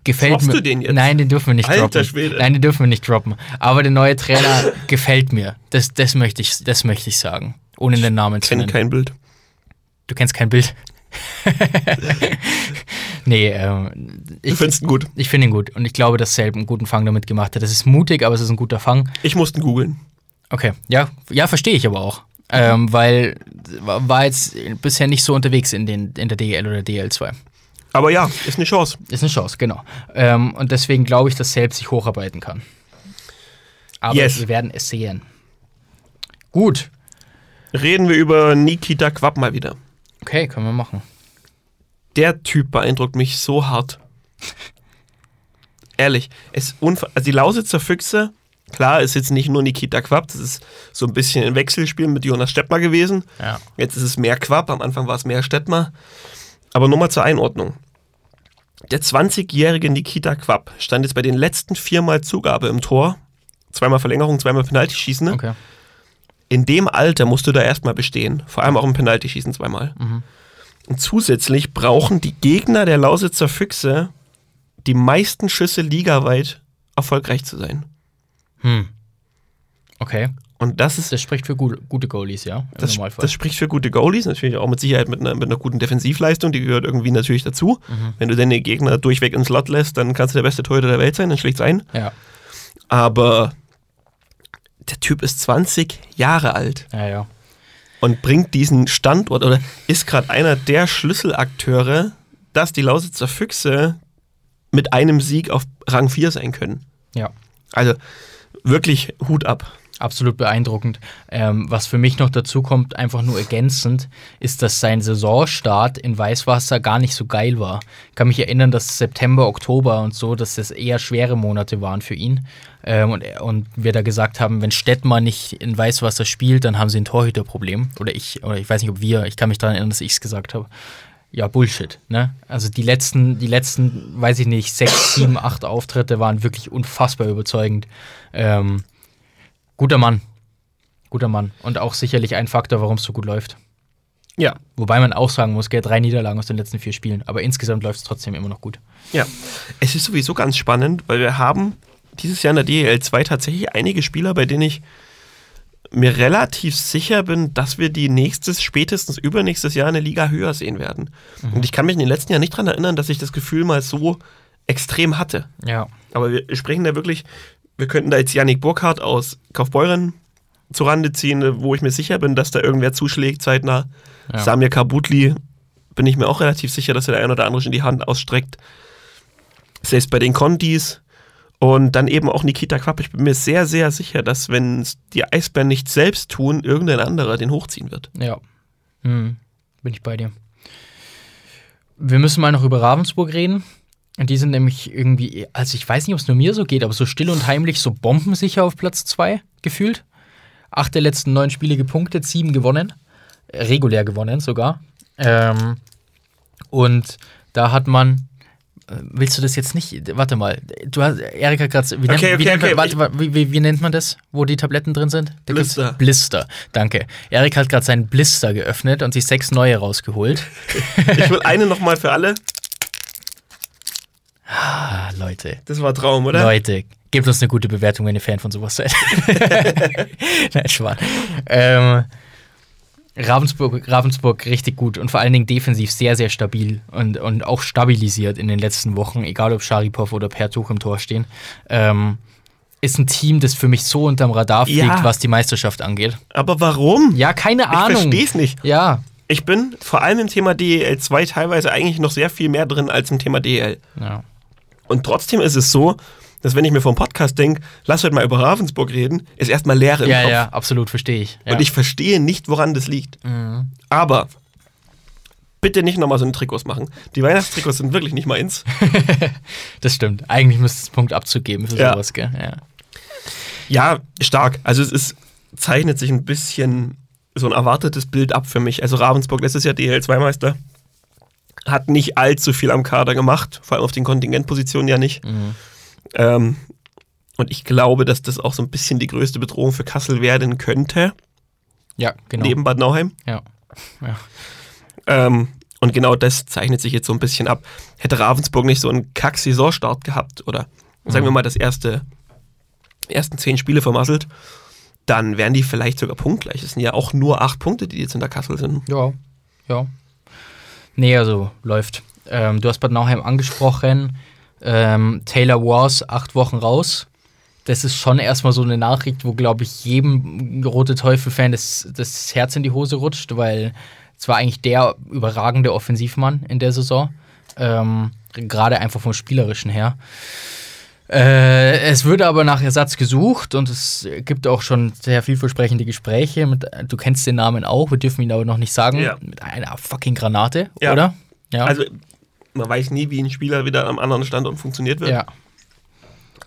Speaker 1: gefällt
Speaker 2: Droppst
Speaker 1: mir.
Speaker 2: du den jetzt?
Speaker 1: Nein, den dürfen wir nicht
Speaker 2: Alter
Speaker 1: droppen.
Speaker 2: Schwede.
Speaker 1: Nein, den dürfen wir nicht droppen. Aber der neue Trainer gefällt mir. Das, das, möchte ich, das möchte ich sagen. Ohne den Namen
Speaker 2: Ich
Speaker 1: zu
Speaker 2: kenne
Speaker 1: nennen.
Speaker 2: kein Bild.
Speaker 1: Du kennst kein Bild. nee, ähm,
Speaker 2: Du
Speaker 1: ich,
Speaker 2: findest ihn gut.
Speaker 1: ich finde ihn gut. Und ich glaube, dass Selb einen guten Fang damit gemacht hat. Das ist mutig, aber es ist ein guter Fang.
Speaker 2: Ich musste ihn googeln.
Speaker 1: Okay, ja, ja verstehe ich aber auch. Ähm, weil war war jetzt bisher nicht so unterwegs in, den, in der DL oder DL2.
Speaker 2: Aber ja, ist eine Chance.
Speaker 1: Ist eine Chance, genau. Ähm, und deswegen glaube ich, dass Selb sich hocharbeiten kann. Aber
Speaker 2: Yes.
Speaker 1: wir werden es sehen. Gut.
Speaker 2: Reden wir über Nikita Quapp mal wieder.
Speaker 1: Okay, können wir machen.
Speaker 2: Der Typ beeindruckt mich so hart. Ehrlich, es ist unver also die Lausitzer Füchse, klar, ist jetzt nicht nur Nikita Quapp, das ist so ein bisschen ein Wechselspiel mit Jonas Steppmer gewesen.
Speaker 1: Ja.
Speaker 2: Jetzt ist es mehr Quapp, am Anfang war es mehr Stettmar. Aber nur mal zur Einordnung. Der 20-jährige Nikita Quapp stand jetzt bei den letzten viermal Zugabe im Tor. Zweimal Verlängerung, zweimal Penaltyschießen. ne?
Speaker 1: Okay.
Speaker 2: In dem Alter musst du da erstmal bestehen. Vor allem auch im Penaltyschießen zweimal. Und zusätzlich brauchen die Gegner der Lausitzer Füchse die meisten Schüsse ligaweit erfolgreich zu sein.
Speaker 1: Hm. Okay.
Speaker 2: Und das ist
Speaker 1: Das spricht für gu- gute Goalies, ja? Im
Speaker 2: das, das spricht für gute Goalies, natürlich auch mit Sicherheit mit einer, mit einer guten Defensivleistung, die gehört irgendwie natürlich dazu. Wenn du deine Gegner durchweg ins Lot lässt, dann kannst du der beste Torhüter der Welt sein, dann schlägt's ein.
Speaker 1: ja.
Speaker 2: Aber der Typ ist 20 Jahre alt
Speaker 1: ja, ja.
Speaker 2: und bringt diesen Standort oder ist gerade einer der Schlüsselakteure, dass die Lausitzer Füchse mit einem Sieg auf Rang 4 sein können.
Speaker 1: Ja,
Speaker 2: Also wirklich Hut ab.
Speaker 1: absolut beeindruckend. Ähm, was für mich noch dazu kommt, einfach nur ergänzend, ist, dass sein Saisonstart in Weißwasser gar nicht so geil war. Ich kann mich erinnern, dass September, Oktober und so, dass das eher schwere Monate waren für ihn. Ähm, und, und wir da gesagt haben, wenn Stettmann nicht in Weißwasser spielt, dann haben sie ein Torhüterproblem. Oder ich, oder ich weiß nicht, ob wir, ich kann mich daran erinnern, dass ich es gesagt habe. ja, Bullshit. Ne? Also die letzten, die letzten, weiß ich nicht, sechs, sieben, acht Auftritte waren wirklich unfassbar überzeugend. Ähm, guter Mann. Guter Mann. Und auch sicherlich ein Faktor, warum es so gut läuft.
Speaker 2: Ja,
Speaker 1: Wobei man auch sagen muss, gell, drei Niederlagen aus den letzten vier Spielen. Aber insgesamt läuft es trotzdem immer noch gut.
Speaker 2: Ja, es ist sowieso ganz spannend, weil wir haben dieses Jahr in der DEL 2 tatsächlich einige Spieler, bei denen ich mir relativ sicher bin, dass wir die nächstes, spätestens übernächstes Jahr eine Liga höher sehen werden. Und ich kann mich in den letzten Jahren nicht daran erinnern, dass ich das Gefühl mal so extrem hatte.
Speaker 1: Ja.
Speaker 2: Aber wir sprechen da wirklich, wir könnten da jetzt Yannick Burkhardt aus Kaufbeuren zurande ziehen, wo ich mir sicher bin, dass da irgendwer zuschlägt zeitnah.
Speaker 1: Ja.
Speaker 2: Samir Kabutli bin ich mir auch relativ sicher, dass er der ein oder andere schon die Hand ausstreckt. Selbst bei den Kondis. Und dann eben auch Nikita Quapp. Ich bin mir sehr, sehr sicher, dass wenn die Eisbären nicht selbst tun, irgendein anderer den hochziehen wird.
Speaker 1: Ja. Hm, bin ich bei dir. Wir müssen mal noch über Ravensburg reden. Und die sind nämlich irgendwie, also ich weiß nicht, ob es nur mir so geht, aber so still und heimlich, so bombensicher auf Platz 2 gefühlt. Acht der letzten neun Spiele gepunktet, sieben gewonnen. Äh, Regulär gewonnen sogar. Ähm, und da hat man. äh, Willst du das jetzt nicht? Warte mal. Du hast, Erik hat gerade. Wie, nennt-
Speaker 2: Okay,
Speaker 1: wie,
Speaker 2: okay,
Speaker 1: nennt man-
Speaker 2: okay.
Speaker 1: warte, warte, wie, wie, wie nennt man das, wo die Tabletten drin sind? Da gibt's-
Speaker 2: Blister.
Speaker 1: Blister, danke. Erik hat gerade seinen Blister geöffnet und sich sechs neue rausgeholt.
Speaker 2: Ich will eine nochmal für alle.
Speaker 1: Ah, Leute.
Speaker 2: Das war Traum, oder?
Speaker 1: Leute, gebt uns eine gute Bewertung, wenn ihr Fan von sowas seid. Nein, Schwan. Ähm, Ravensburg, Ravensburg richtig gut und vor allen Dingen defensiv sehr, sehr stabil und, und auch stabilisiert in den letzten Wochen, egal ob Sharipov oder Pertuch im Tor stehen. Ähm, ist ein Team, das für mich so unterm Radar fliegt,
Speaker 2: Ja.
Speaker 1: was die Meisterschaft angeht.
Speaker 2: Aber warum?
Speaker 1: Ja, keine
Speaker 2: Ich
Speaker 1: Ahnung.
Speaker 2: versteh's nicht.
Speaker 1: Ja,
Speaker 2: Ich bin vor allem im Thema DEL 2 teilweise eigentlich noch sehr viel mehr drin als im Thema DEL.
Speaker 1: ja.
Speaker 2: Und trotzdem ist es so, dass wenn ich mir vom Podcast denke, lass heute mal über Ravensburg reden, ist erstmal Leere im
Speaker 1: Ja,
Speaker 2: Kopf.
Speaker 1: ja, absolut, verstehe ich. Ja. Mhm.
Speaker 2: Und ich verstehe nicht, woran das liegt. Aber bitte nicht nochmal so einen Trikots machen. Die Weihnachtstrikots sind wirklich nicht meins.
Speaker 1: das stimmt. Eigentlich müsste es einen Punkt abzugeben für
Speaker 2: Ja.
Speaker 1: sowas, gell? Ja.
Speaker 2: Ja, stark. Also es ist, zeichnet sich ein bisschen so ein erwartetes Bild ab für mich. Also Ravensburg letztes Jahr DL2-Meister. Hat nicht allzu viel am Kader gemacht, vor allem auf den Kontingentpositionen ja nicht. Ähm, und ich glaube, dass das auch so ein bisschen die größte Bedrohung für Kassel werden könnte,
Speaker 1: Ja, genau.
Speaker 2: neben Bad Nauheim.
Speaker 1: Ja. ja.
Speaker 2: Ähm, und genau das zeichnet sich jetzt so ein bisschen ab. Hätte Ravensburg nicht so einen Kack-Saisonstart gehabt oder sagen wir mal das erste, ersten zehn Spiele vermasselt, dann wären die vielleicht sogar punktgleich. Es sind ja auch nur acht Punkte, die jetzt hinter Kassel sind.
Speaker 1: Ja, ja. Nee, also läuft. Ähm, du hast Bad Nauheim angesprochen. Ähm, Taylor Wars, acht Wochen raus. Das ist schon erstmal so eine Nachricht, wo, glaube ich, jedem Rote Teufel-Fan das, das Herz in die Hose rutscht, weil es war eigentlich der überragende Offensivmann in der Saison. Ähm, Gerade einfach vom Spielerischen her. Äh, es würde aber nach Ersatz gesucht und es gibt auch schon sehr vielversprechende Gespräche. Mit, du kennst den Namen auch, wir dürfen ihn aber noch nicht sagen.
Speaker 2: Ja.
Speaker 1: Mit einer fucking Granate,
Speaker 2: Ja.
Speaker 1: oder? Ja.
Speaker 2: Also man weiß nie, wie ein Spieler wieder am anderen Standort funktioniert wird.
Speaker 1: ja.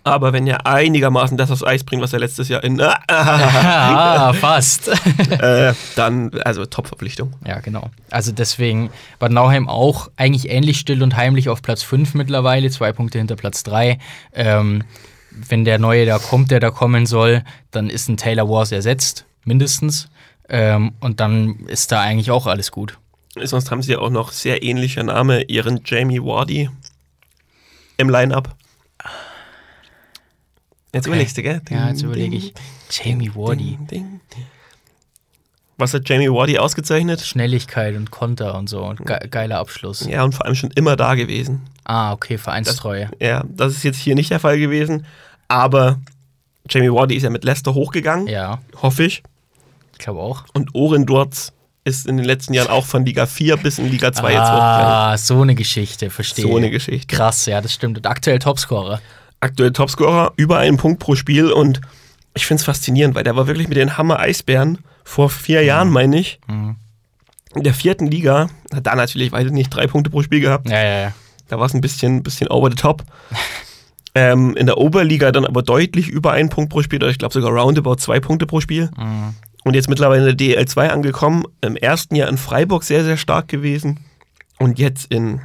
Speaker 2: Aber wenn er einigermaßen das aufs Eis bringt, was er letztes Jahr in,
Speaker 1: Ah, fast.
Speaker 2: äh, dann, also Top-Verpflichtung.
Speaker 1: Ja, genau. Also deswegen war Nauheim auch eigentlich ähnlich still und heimlich auf Platz 5 mittlerweile, zwei Punkte hinter Platz 3. Ähm, wenn der Neue da kommt, der da kommen soll, dann ist ein Taylor Wars ersetzt, mindestens. Ähm, und dann ist da eigentlich auch alles gut.
Speaker 2: Sonst haben sie ja auch noch sehr ähnlicher Name, ihren Jamie Wardy im Line-Up. Jetzt überlegst du, gell?
Speaker 1: Ja, jetzt überlege ich. Jamie Wardy.
Speaker 2: Ding, ding, ding. Was hat Jamie Wardy ausgezeichnet?
Speaker 1: Schnelligkeit und Konter und so und ge geiler Abschluss.
Speaker 2: Ja, und vor allem schon immer da gewesen.
Speaker 1: Ah, okay, Vereinstreue.
Speaker 2: Ja, das ist jetzt hier nicht der Fall gewesen, aber Jamie Wardy ist ja mit Leicester hochgegangen,
Speaker 1: ja,
Speaker 2: hoffe ich.
Speaker 1: ich glaube auch.
Speaker 2: Und Oren Durz ist in den letzten Jahren auch von Liga 4 bis in Liga 2 jetzt hochgegangen.
Speaker 1: ah, so eine Geschichte, verstehe.
Speaker 2: So eine Geschichte.
Speaker 1: Krass, ja, das stimmt. Und aktuell Topscorer.
Speaker 2: Aktuell Topscorer, über einen Punkt pro Spiel und ich finde es faszinierend, weil der war wirklich mit den Hammer Eisbären vor vier Jahren, meine ich, in der vierten Liga, hat da natürlich, weiß ich nicht, drei Punkte pro Spiel gehabt.
Speaker 1: Ja, ja, ja.
Speaker 2: Da war es ein bisschen, bisschen over the top. ähm, in der Oberliga dann aber deutlich über einen Punkt pro Spiel, oder ich glaube sogar roundabout zwei Punkte pro Spiel. Und jetzt mittlerweile in der DL2 angekommen. Im ersten Jahr in Freiburg sehr, sehr stark gewesen. Und jetzt in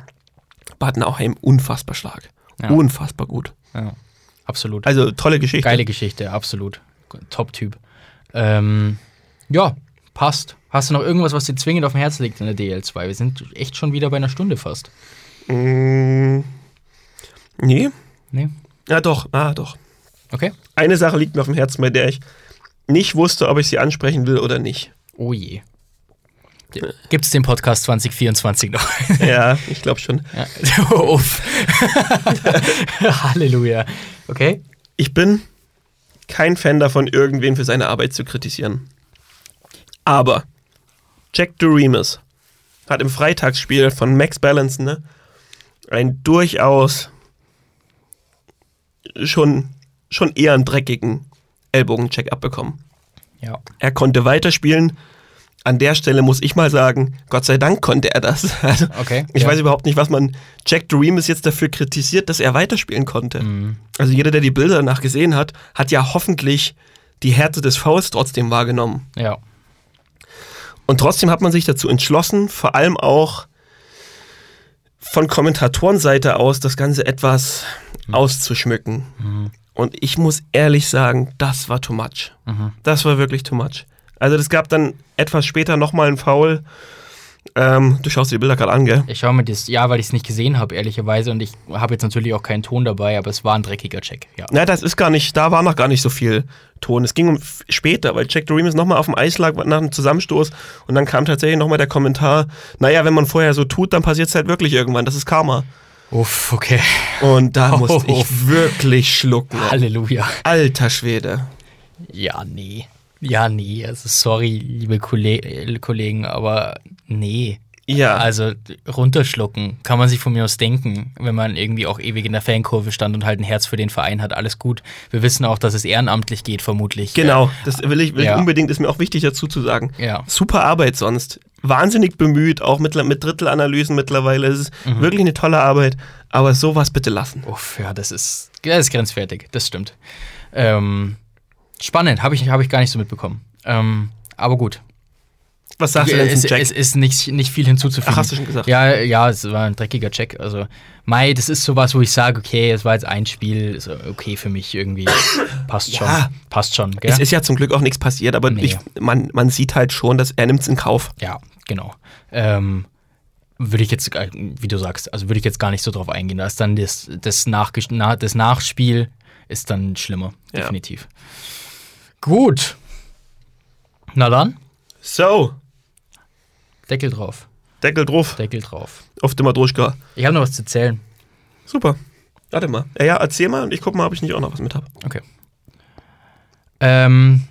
Speaker 2: Badenauheim unfassbar stark.
Speaker 1: Ja.
Speaker 2: Unfassbar gut.
Speaker 1: ja. Absolut.
Speaker 2: Also tolle Geschichte.
Speaker 1: Geile Geschichte, absolut. Top-Typ. Ähm, ja, passt. Hast du noch irgendwas, was dir zwingend auf dem Herzen liegt in der DL2? Wir sind echt schon wieder bei einer Stunde fast.
Speaker 2: Mm, nee.
Speaker 1: Nee?
Speaker 2: Ja, doch. Ah, doch.
Speaker 1: Okay.
Speaker 2: Eine Sache liegt mir auf dem Herzen, bei der ich nicht wusste, ob ich sie ansprechen will oder nicht.
Speaker 1: Oh je. Gibt's den Podcast 2024 noch?
Speaker 2: ja, ich glaube schon.
Speaker 1: Ja. Uff. Halleluja. Okay.
Speaker 2: ich bin kein Fan davon, irgendwen für seine Arbeit zu kritisieren. Aber Jack Doremus hat im Freitagsspiel von Max Balance ne, einen durchaus schon, schon eher einen dreckigen Ellbogen-Check abbekommen.
Speaker 1: Ja.
Speaker 2: Er konnte weiterspielen. An der Stelle muss ich mal sagen, Gott sei Dank konnte er das. Also,
Speaker 1: Okay,
Speaker 2: Ich
Speaker 1: ja.
Speaker 2: weiß überhaupt nicht, was man Jack Dream jetzt dafür kritisiert, dass er weiterspielen konnte. Also jeder, der die Bilder danach gesehen hat, hat ja hoffentlich die Härte des Fouls trotzdem wahrgenommen.
Speaker 1: Ja.
Speaker 2: Und trotzdem hat man sich dazu entschlossen, vor allem auch von Kommentatorenseite aus das Ganze etwas auszuschmücken. Und ich muss ehrlich sagen, das war too much. Das war wirklich too much. Also es gab dann etwas später nochmal einen Foul. Ähm, du schaust dir die Bilder gerade an, gell?
Speaker 1: Ich schaue mir das, ja, weil ich es nicht gesehen habe, ehrlicherweise. Und ich habe jetzt natürlich auch keinen Ton dabei, aber es war ein dreckiger Check. Ja.
Speaker 2: Na, das ist gar nicht, da war noch gar nicht so viel Ton. Es ging um f- später, weil Jack Dream ist nochmal auf dem Eis lag nach einem Zusammenstoß und dann kam tatsächlich nochmal der Kommentar, naja, wenn man vorher so tut, dann passiert es halt wirklich irgendwann. Das ist Karma.
Speaker 1: Uff, okay.
Speaker 2: Und da musste
Speaker 1: Oh.
Speaker 2: ich wirklich schlucken.
Speaker 1: Halleluja.
Speaker 2: Alter Schwede.
Speaker 1: Ja, nee. Ja, nee. Also, sorry, liebe Kolle äh, Kollegen, aber nee.
Speaker 2: Ja.
Speaker 1: Also, d- runterschlucken kann man sich von mir aus denken, wenn man irgendwie auch ewig in der Fankurve stand und halt ein Herz für den Verein hat. Alles gut. Wir wissen auch, dass es ehrenamtlich geht, vermutlich.
Speaker 2: Genau, das will ich, will
Speaker 1: Ja.
Speaker 2: ich unbedingt, ist mir auch wichtig dazu zu sagen.
Speaker 1: Ja.
Speaker 2: Super Arbeit sonst. Wahnsinnig bemüht, auch mit, mit Drittelanalysen mittlerweile. Es ist wirklich eine tolle Arbeit, aber sowas bitte lassen.
Speaker 1: Uff, ja, das ist, das ist grenzwertig, das stimmt. Ähm, spannend, habe ich, hab ich gar nicht so mitbekommen. Ähm, aber gut.
Speaker 2: Was sagst du denn
Speaker 1: es,
Speaker 2: zum Jack?
Speaker 1: es ist nicht, nicht viel hinzuzufügen.
Speaker 2: Ach, hast du schon gesagt.
Speaker 1: Ja, ja, es war ein dreckiger Check. Also, Mai, das ist sowas, wo ich sage, okay, es war jetzt ein Spiel, ist okay für mich irgendwie. Passt schon.
Speaker 2: Ja.
Speaker 1: Passt schon, gell?
Speaker 2: Es ist ja zum Glück auch nichts passiert, aber
Speaker 1: Nee.
Speaker 2: ich, man, man sieht halt schon, dass er nimmt es in Kauf.
Speaker 1: Ja, genau. Ähm, würde ich jetzt, äh, wie du sagst, also würde ich jetzt gar nicht so drauf eingehen. Da ist dann das, das, Nachges na, das Nachspiel ist dann schlimmer,
Speaker 2: Ja.
Speaker 1: definitiv. Gut. Na dann,
Speaker 2: So,
Speaker 1: Deckel drauf.
Speaker 2: Deckel drauf,
Speaker 1: Deckel drauf.
Speaker 2: auf dem Madruschka.
Speaker 1: Ich habe noch was zu zählen.
Speaker 2: Super. Warte mal. Ja, ja, erzähl mal und ich guck mal, ob ich nicht auch noch was mit habe.
Speaker 1: Okay. Ähm,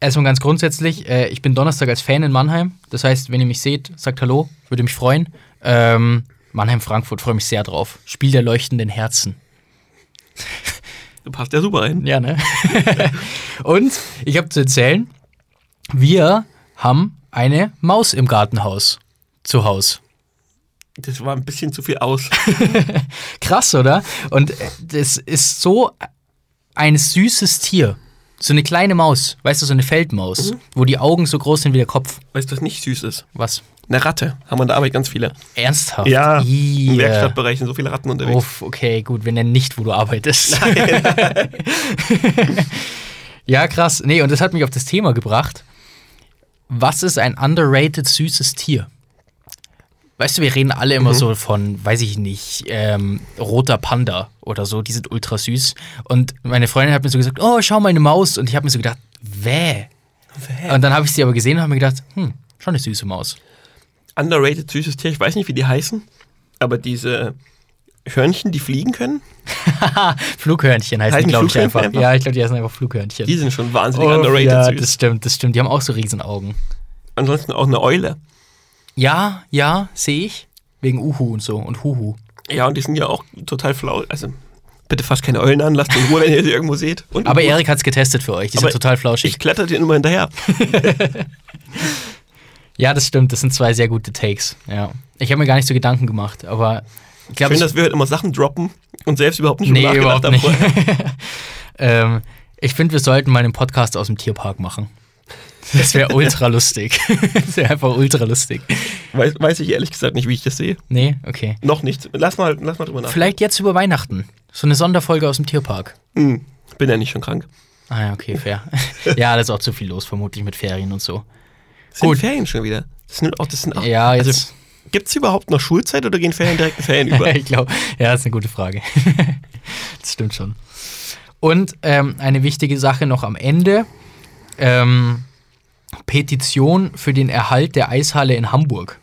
Speaker 1: erstmal ganz grundsätzlich, äh, ich bin Donnerstag als Fan in Mannheim. Das heißt, wenn ihr mich seht, sagt Hallo, würde mich freuen. Ähm, Mannheim-Frankfurt, freue mich sehr drauf. Spiel der leuchtenden Herzen.
Speaker 2: Du passt ja super rein.
Speaker 1: Ja, ne? Und ich habe zu erzählen, wir haben eine Maus im Gartenhaus. Zu Haus.
Speaker 2: Das war ein bisschen zu viel aus.
Speaker 1: Krass, oder? Und äh, das ist so ein süßes Tier. So eine kleine Maus, weißt du, so eine Feldmaus, wo die Augen so groß sind wie der Kopf.
Speaker 2: weißt du, was nicht süß ist?
Speaker 1: Was?
Speaker 2: Eine Ratte. Haben wir in der Arbeit ganz viele.
Speaker 1: Ernsthaft?
Speaker 2: Ja, im
Speaker 1: Yeah.
Speaker 2: Werkstattbereich sind so viele Ratten unterwegs.
Speaker 1: Uff, okay, gut, wir nennen nicht, wo du arbeitest. ja, krass. Nee, und das hat mich auf das Thema gebracht. Was ist ein underrated süßes Tier? Weißt du, wir reden alle immer so von, weiß ich nicht, ähm, roter Panda oder so, die sind ultra süß. Und meine Freundin hat mir so gesagt, oh, schau mal eine Maus. Und ich habe mir so gedacht, wäh. Und dann habe ich sie aber gesehen und habe mir gedacht, hm, schon eine süße Maus.
Speaker 2: Underrated süßes Tier, ich weiß nicht, wie die heißen, aber diese Hörnchen, die fliegen können,
Speaker 1: Flughörnchen heißen die,
Speaker 2: Heißen
Speaker 1: glaube ich,
Speaker 2: Flughörnchen
Speaker 1: einfach.
Speaker 2: einfach?
Speaker 1: Ja, ich glaube, die heißen einfach Flughörnchen.
Speaker 2: die sind schon wahnsinnig
Speaker 1: Oh,
Speaker 2: underrated
Speaker 1: ja,
Speaker 2: süß.
Speaker 1: das stimmt, das stimmt. Die haben auch so Riesenaugen.
Speaker 2: Ansonsten auch eine Eule.
Speaker 1: Ja, ja, sehe ich. Wegen Uhu und so und Huhu.
Speaker 2: Ja, und die sind ja auch total flau. Also bitte fasst keine Eulen an, lasst die in Ruhe, wenn ihr sie irgendwo seht. Und
Speaker 1: Aber Erik hat's getestet für euch. Die
Speaker 2: Aber
Speaker 1: sind total flauschig.
Speaker 2: ich kletter denen immer hinterher.
Speaker 1: ja, das stimmt. Das sind zwei sehr gute Takes. Ja. Ich habe mir gar nicht so Gedanken gemacht, aber ich glaube,
Speaker 2: Schön,
Speaker 1: ich,
Speaker 2: dass wir heute immer Sachen droppen und selbst überhaupt nicht
Speaker 1: nee, überhaupt nicht.
Speaker 2: vorher.
Speaker 1: ähm, ich finde, wir sollten mal einen Podcast aus dem Tierpark machen. Das wäre ultra lustig. das wäre einfach ultra lustig.
Speaker 2: Weiß, weiß ich ehrlich gesagt nicht, wie ich das sehe.
Speaker 1: Nee, okay.
Speaker 2: Noch nicht. Lass mal, lass mal drüber nach.
Speaker 1: Vielleicht jetzt über Weihnachten. So eine Sonderfolge aus dem Tierpark.
Speaker 2: Hm, bin ja nicht schon krank.
Speaker 1: Ah ja, okay, fair. ja, da ist auch zu viel los, vermutlich mit Ferien und so.
Speaker 2: Sind
Speaker 1: Gut.
Speaker 2: Ferien schon wieder? Das sind auch, das sind auch,
Speaker 1: Ja, jetzt.
Speaker 2: Also, Gibt es überhaupt noch Schulzeit oder gehen Ferien direkt in Ferien über?
Speaker 1: ich glaube, ja, ist eine gute Frage. das stimmt schon. Und ähm, eine wichtige Sache noch am Ende: ähm, Petition für den Erhalt der Eishalle in Hamburg.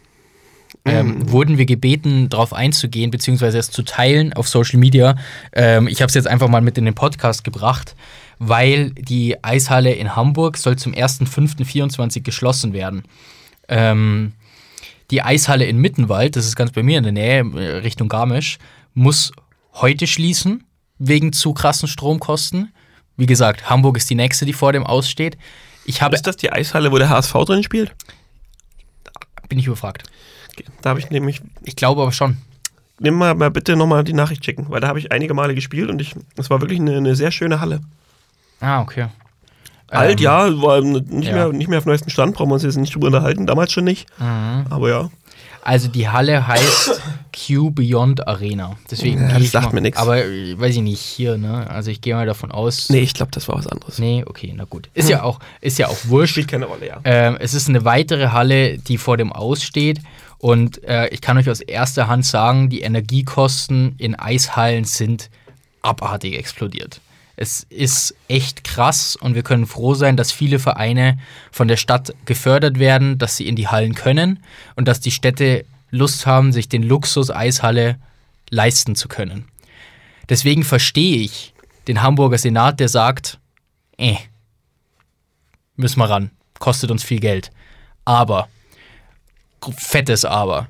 Speaker 1: Ähm, Wurden wir gebeten, darauf einzugehen, beziehungsweise es zu teilen auf Social Media. Ähm, ich habe es jetzt einfach mal mit in den Podcast gebracht, weil die Eishalle in Hamburg soll zum 1.5.24 geschlossen werden. Ähm, die Eishalle in Mittenwald, das ist ganz bei mir in der Nähe, äh, Richtung Garmisch, muss heute schließen, wegen zu krassen Stromkosten. Wie gesagt, Hamburg ist die nächste, die vor dem aussteht. Ich habe,
Speaker 2: Ist das die Eishalle, wo der HSV drin spielt?
Speaker 1: bin ich überfragt.
Speaker 2: Da habe ich nämlich,
Speaker 1: Ich glaube aber schon.
Speaker 2: nimm mal, mal bitte nochmal die Nachricht schicken, weil da habe ich einige Male gespielt und ich, es war wirklich eine, eine sehr schöne Halle.
Speaker 1: Ah, okay.
Speaker 2: Alt,
Speaker 1: Ähm,
Speaker 2: Halt, ja, war nicht,
Speaker 1: ja.
Speaker 2: Mehr, nicht mehr auf neuesten Stand, brauchen wir uns jetzt nicht drüber unterhalten, damals schon nicht.
Speaker 1: Mhm.
Speaker 2: Aber ja,
Speaker 1: Also die Halle heißt Q Beyond Arena. Deswegen
Speaker 2: Ja,
Speaker 1: gehe
Speaker 2: das
Speaker 1: ich
Speaker 2: sagt
Speaker 1: mal-
Speaker 2: mir nix.
Speaker 1: Aber äh, weiß ich nicht, hier, ne? Also ich gehe mal davon aus.
Speaker 2: nee, Hm. ich glaube, das war was anderes.
Speaker 1: Nee, okay, na gut. Ist ja auch, ist ja auch wurscht.
Speaker 2: Spielt keine Rolle, ja.
Speaker 1: Ähm, es ist eine weitere Halle, die vor dem aussteht. Und äh, ich kann euch aus erster Hand sagen, die Energiekosten in Eishallen sind abartig explodiert. Es ist echt krass und wir können froh sein, dass viele Vereine von der Stadt gefördert werden, dass sie in die Hallen können und dass die Städte Lust haben, sich den Luxus Eishalle leisten zu können. Deswegen verstehe ich den Hamburger Senat, der sagt, eh, müssen wir ran. Kostet uns viel Geld. Aber, gro- fettes Aber,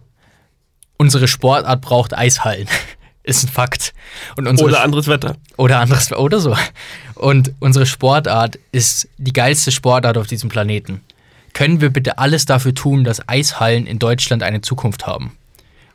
Speaker 1: unsere Sportart braucht Eishallen. Ist ein Fakt. Und unsere
Speaker 2: Oder anderes Wetter.
Speaker 1: oder anderes oder so. Und unsere Sportart ist die geilste Sportart auf diesem Planeten. Können wir bitte alles dafür tun, dass Eishallen in Deutschland eine Zukunft haben?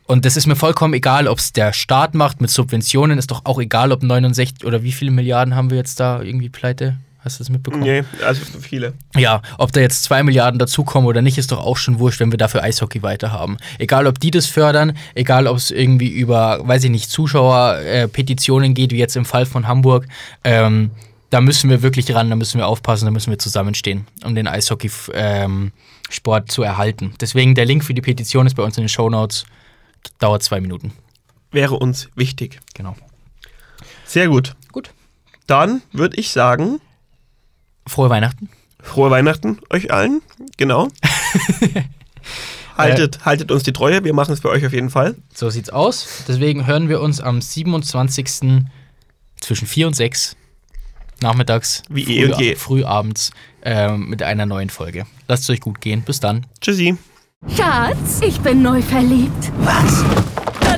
Speaker 1: Und das ist mir vollkommen egal, ob es der Staat macht mit Subventionen, ist doch auch egal, ob 69 oder wie viele Milliarden haben wir jetzt da irgendwie pleite? Hast du das mitbekommen?
Speaker 2: Nee, also viele.
Speaker 1: Ja, ob da jetzt zwei Milliarden dazukommen oder nicht, ist doch auch schon wurscht, wenn wir dafür Eishockey weiterhaben. Egal, ob die das fördern, egal, ob es irgendwie über, weiß ich nicht, Zuschauerpetitionen äh, Petitionen geht, wie jetzt im Fall von Hamburg. Ähm, da müssen wir wirklich ran, da müssen wir aufpassen, da müssen wir zusammenstehen, um den Eishockey-Sport ähm, Sport zu erhalten. Deswegen der Link für die Petition ist bei uns in den Shownotes. Dauert zwei Minuten.
Speaker 2: Wäre uns wichtig.
Speaker 1: Genau.
Speaker 2: Sehr gut.
Speaker 1: Gut.
Speaker 2: Dann würde ich sagen,
Speaker 1: Frohe Weihnachten.
Speaker 2: frohe Weihnachten euch allen. Genau. haltet, haltet uns die Treue, wir machen es bei euch auf jeden Fall.
Speaker 1: So sieht's aus. Deswegen hören wir uns am 27. zwischen 4 und 6 nachmittags.
Speaker 2: Wie eh und je.
Speaker 1: Frühabends ähm, mit einer neuen Folge. Lasst es euch gut gehen. Bis dann.
Speaker 2: Tschüssi.
Speaker 4: Schatz, ich bin neu verliebt.
Speaker 5: Was?
Speaker 4: Da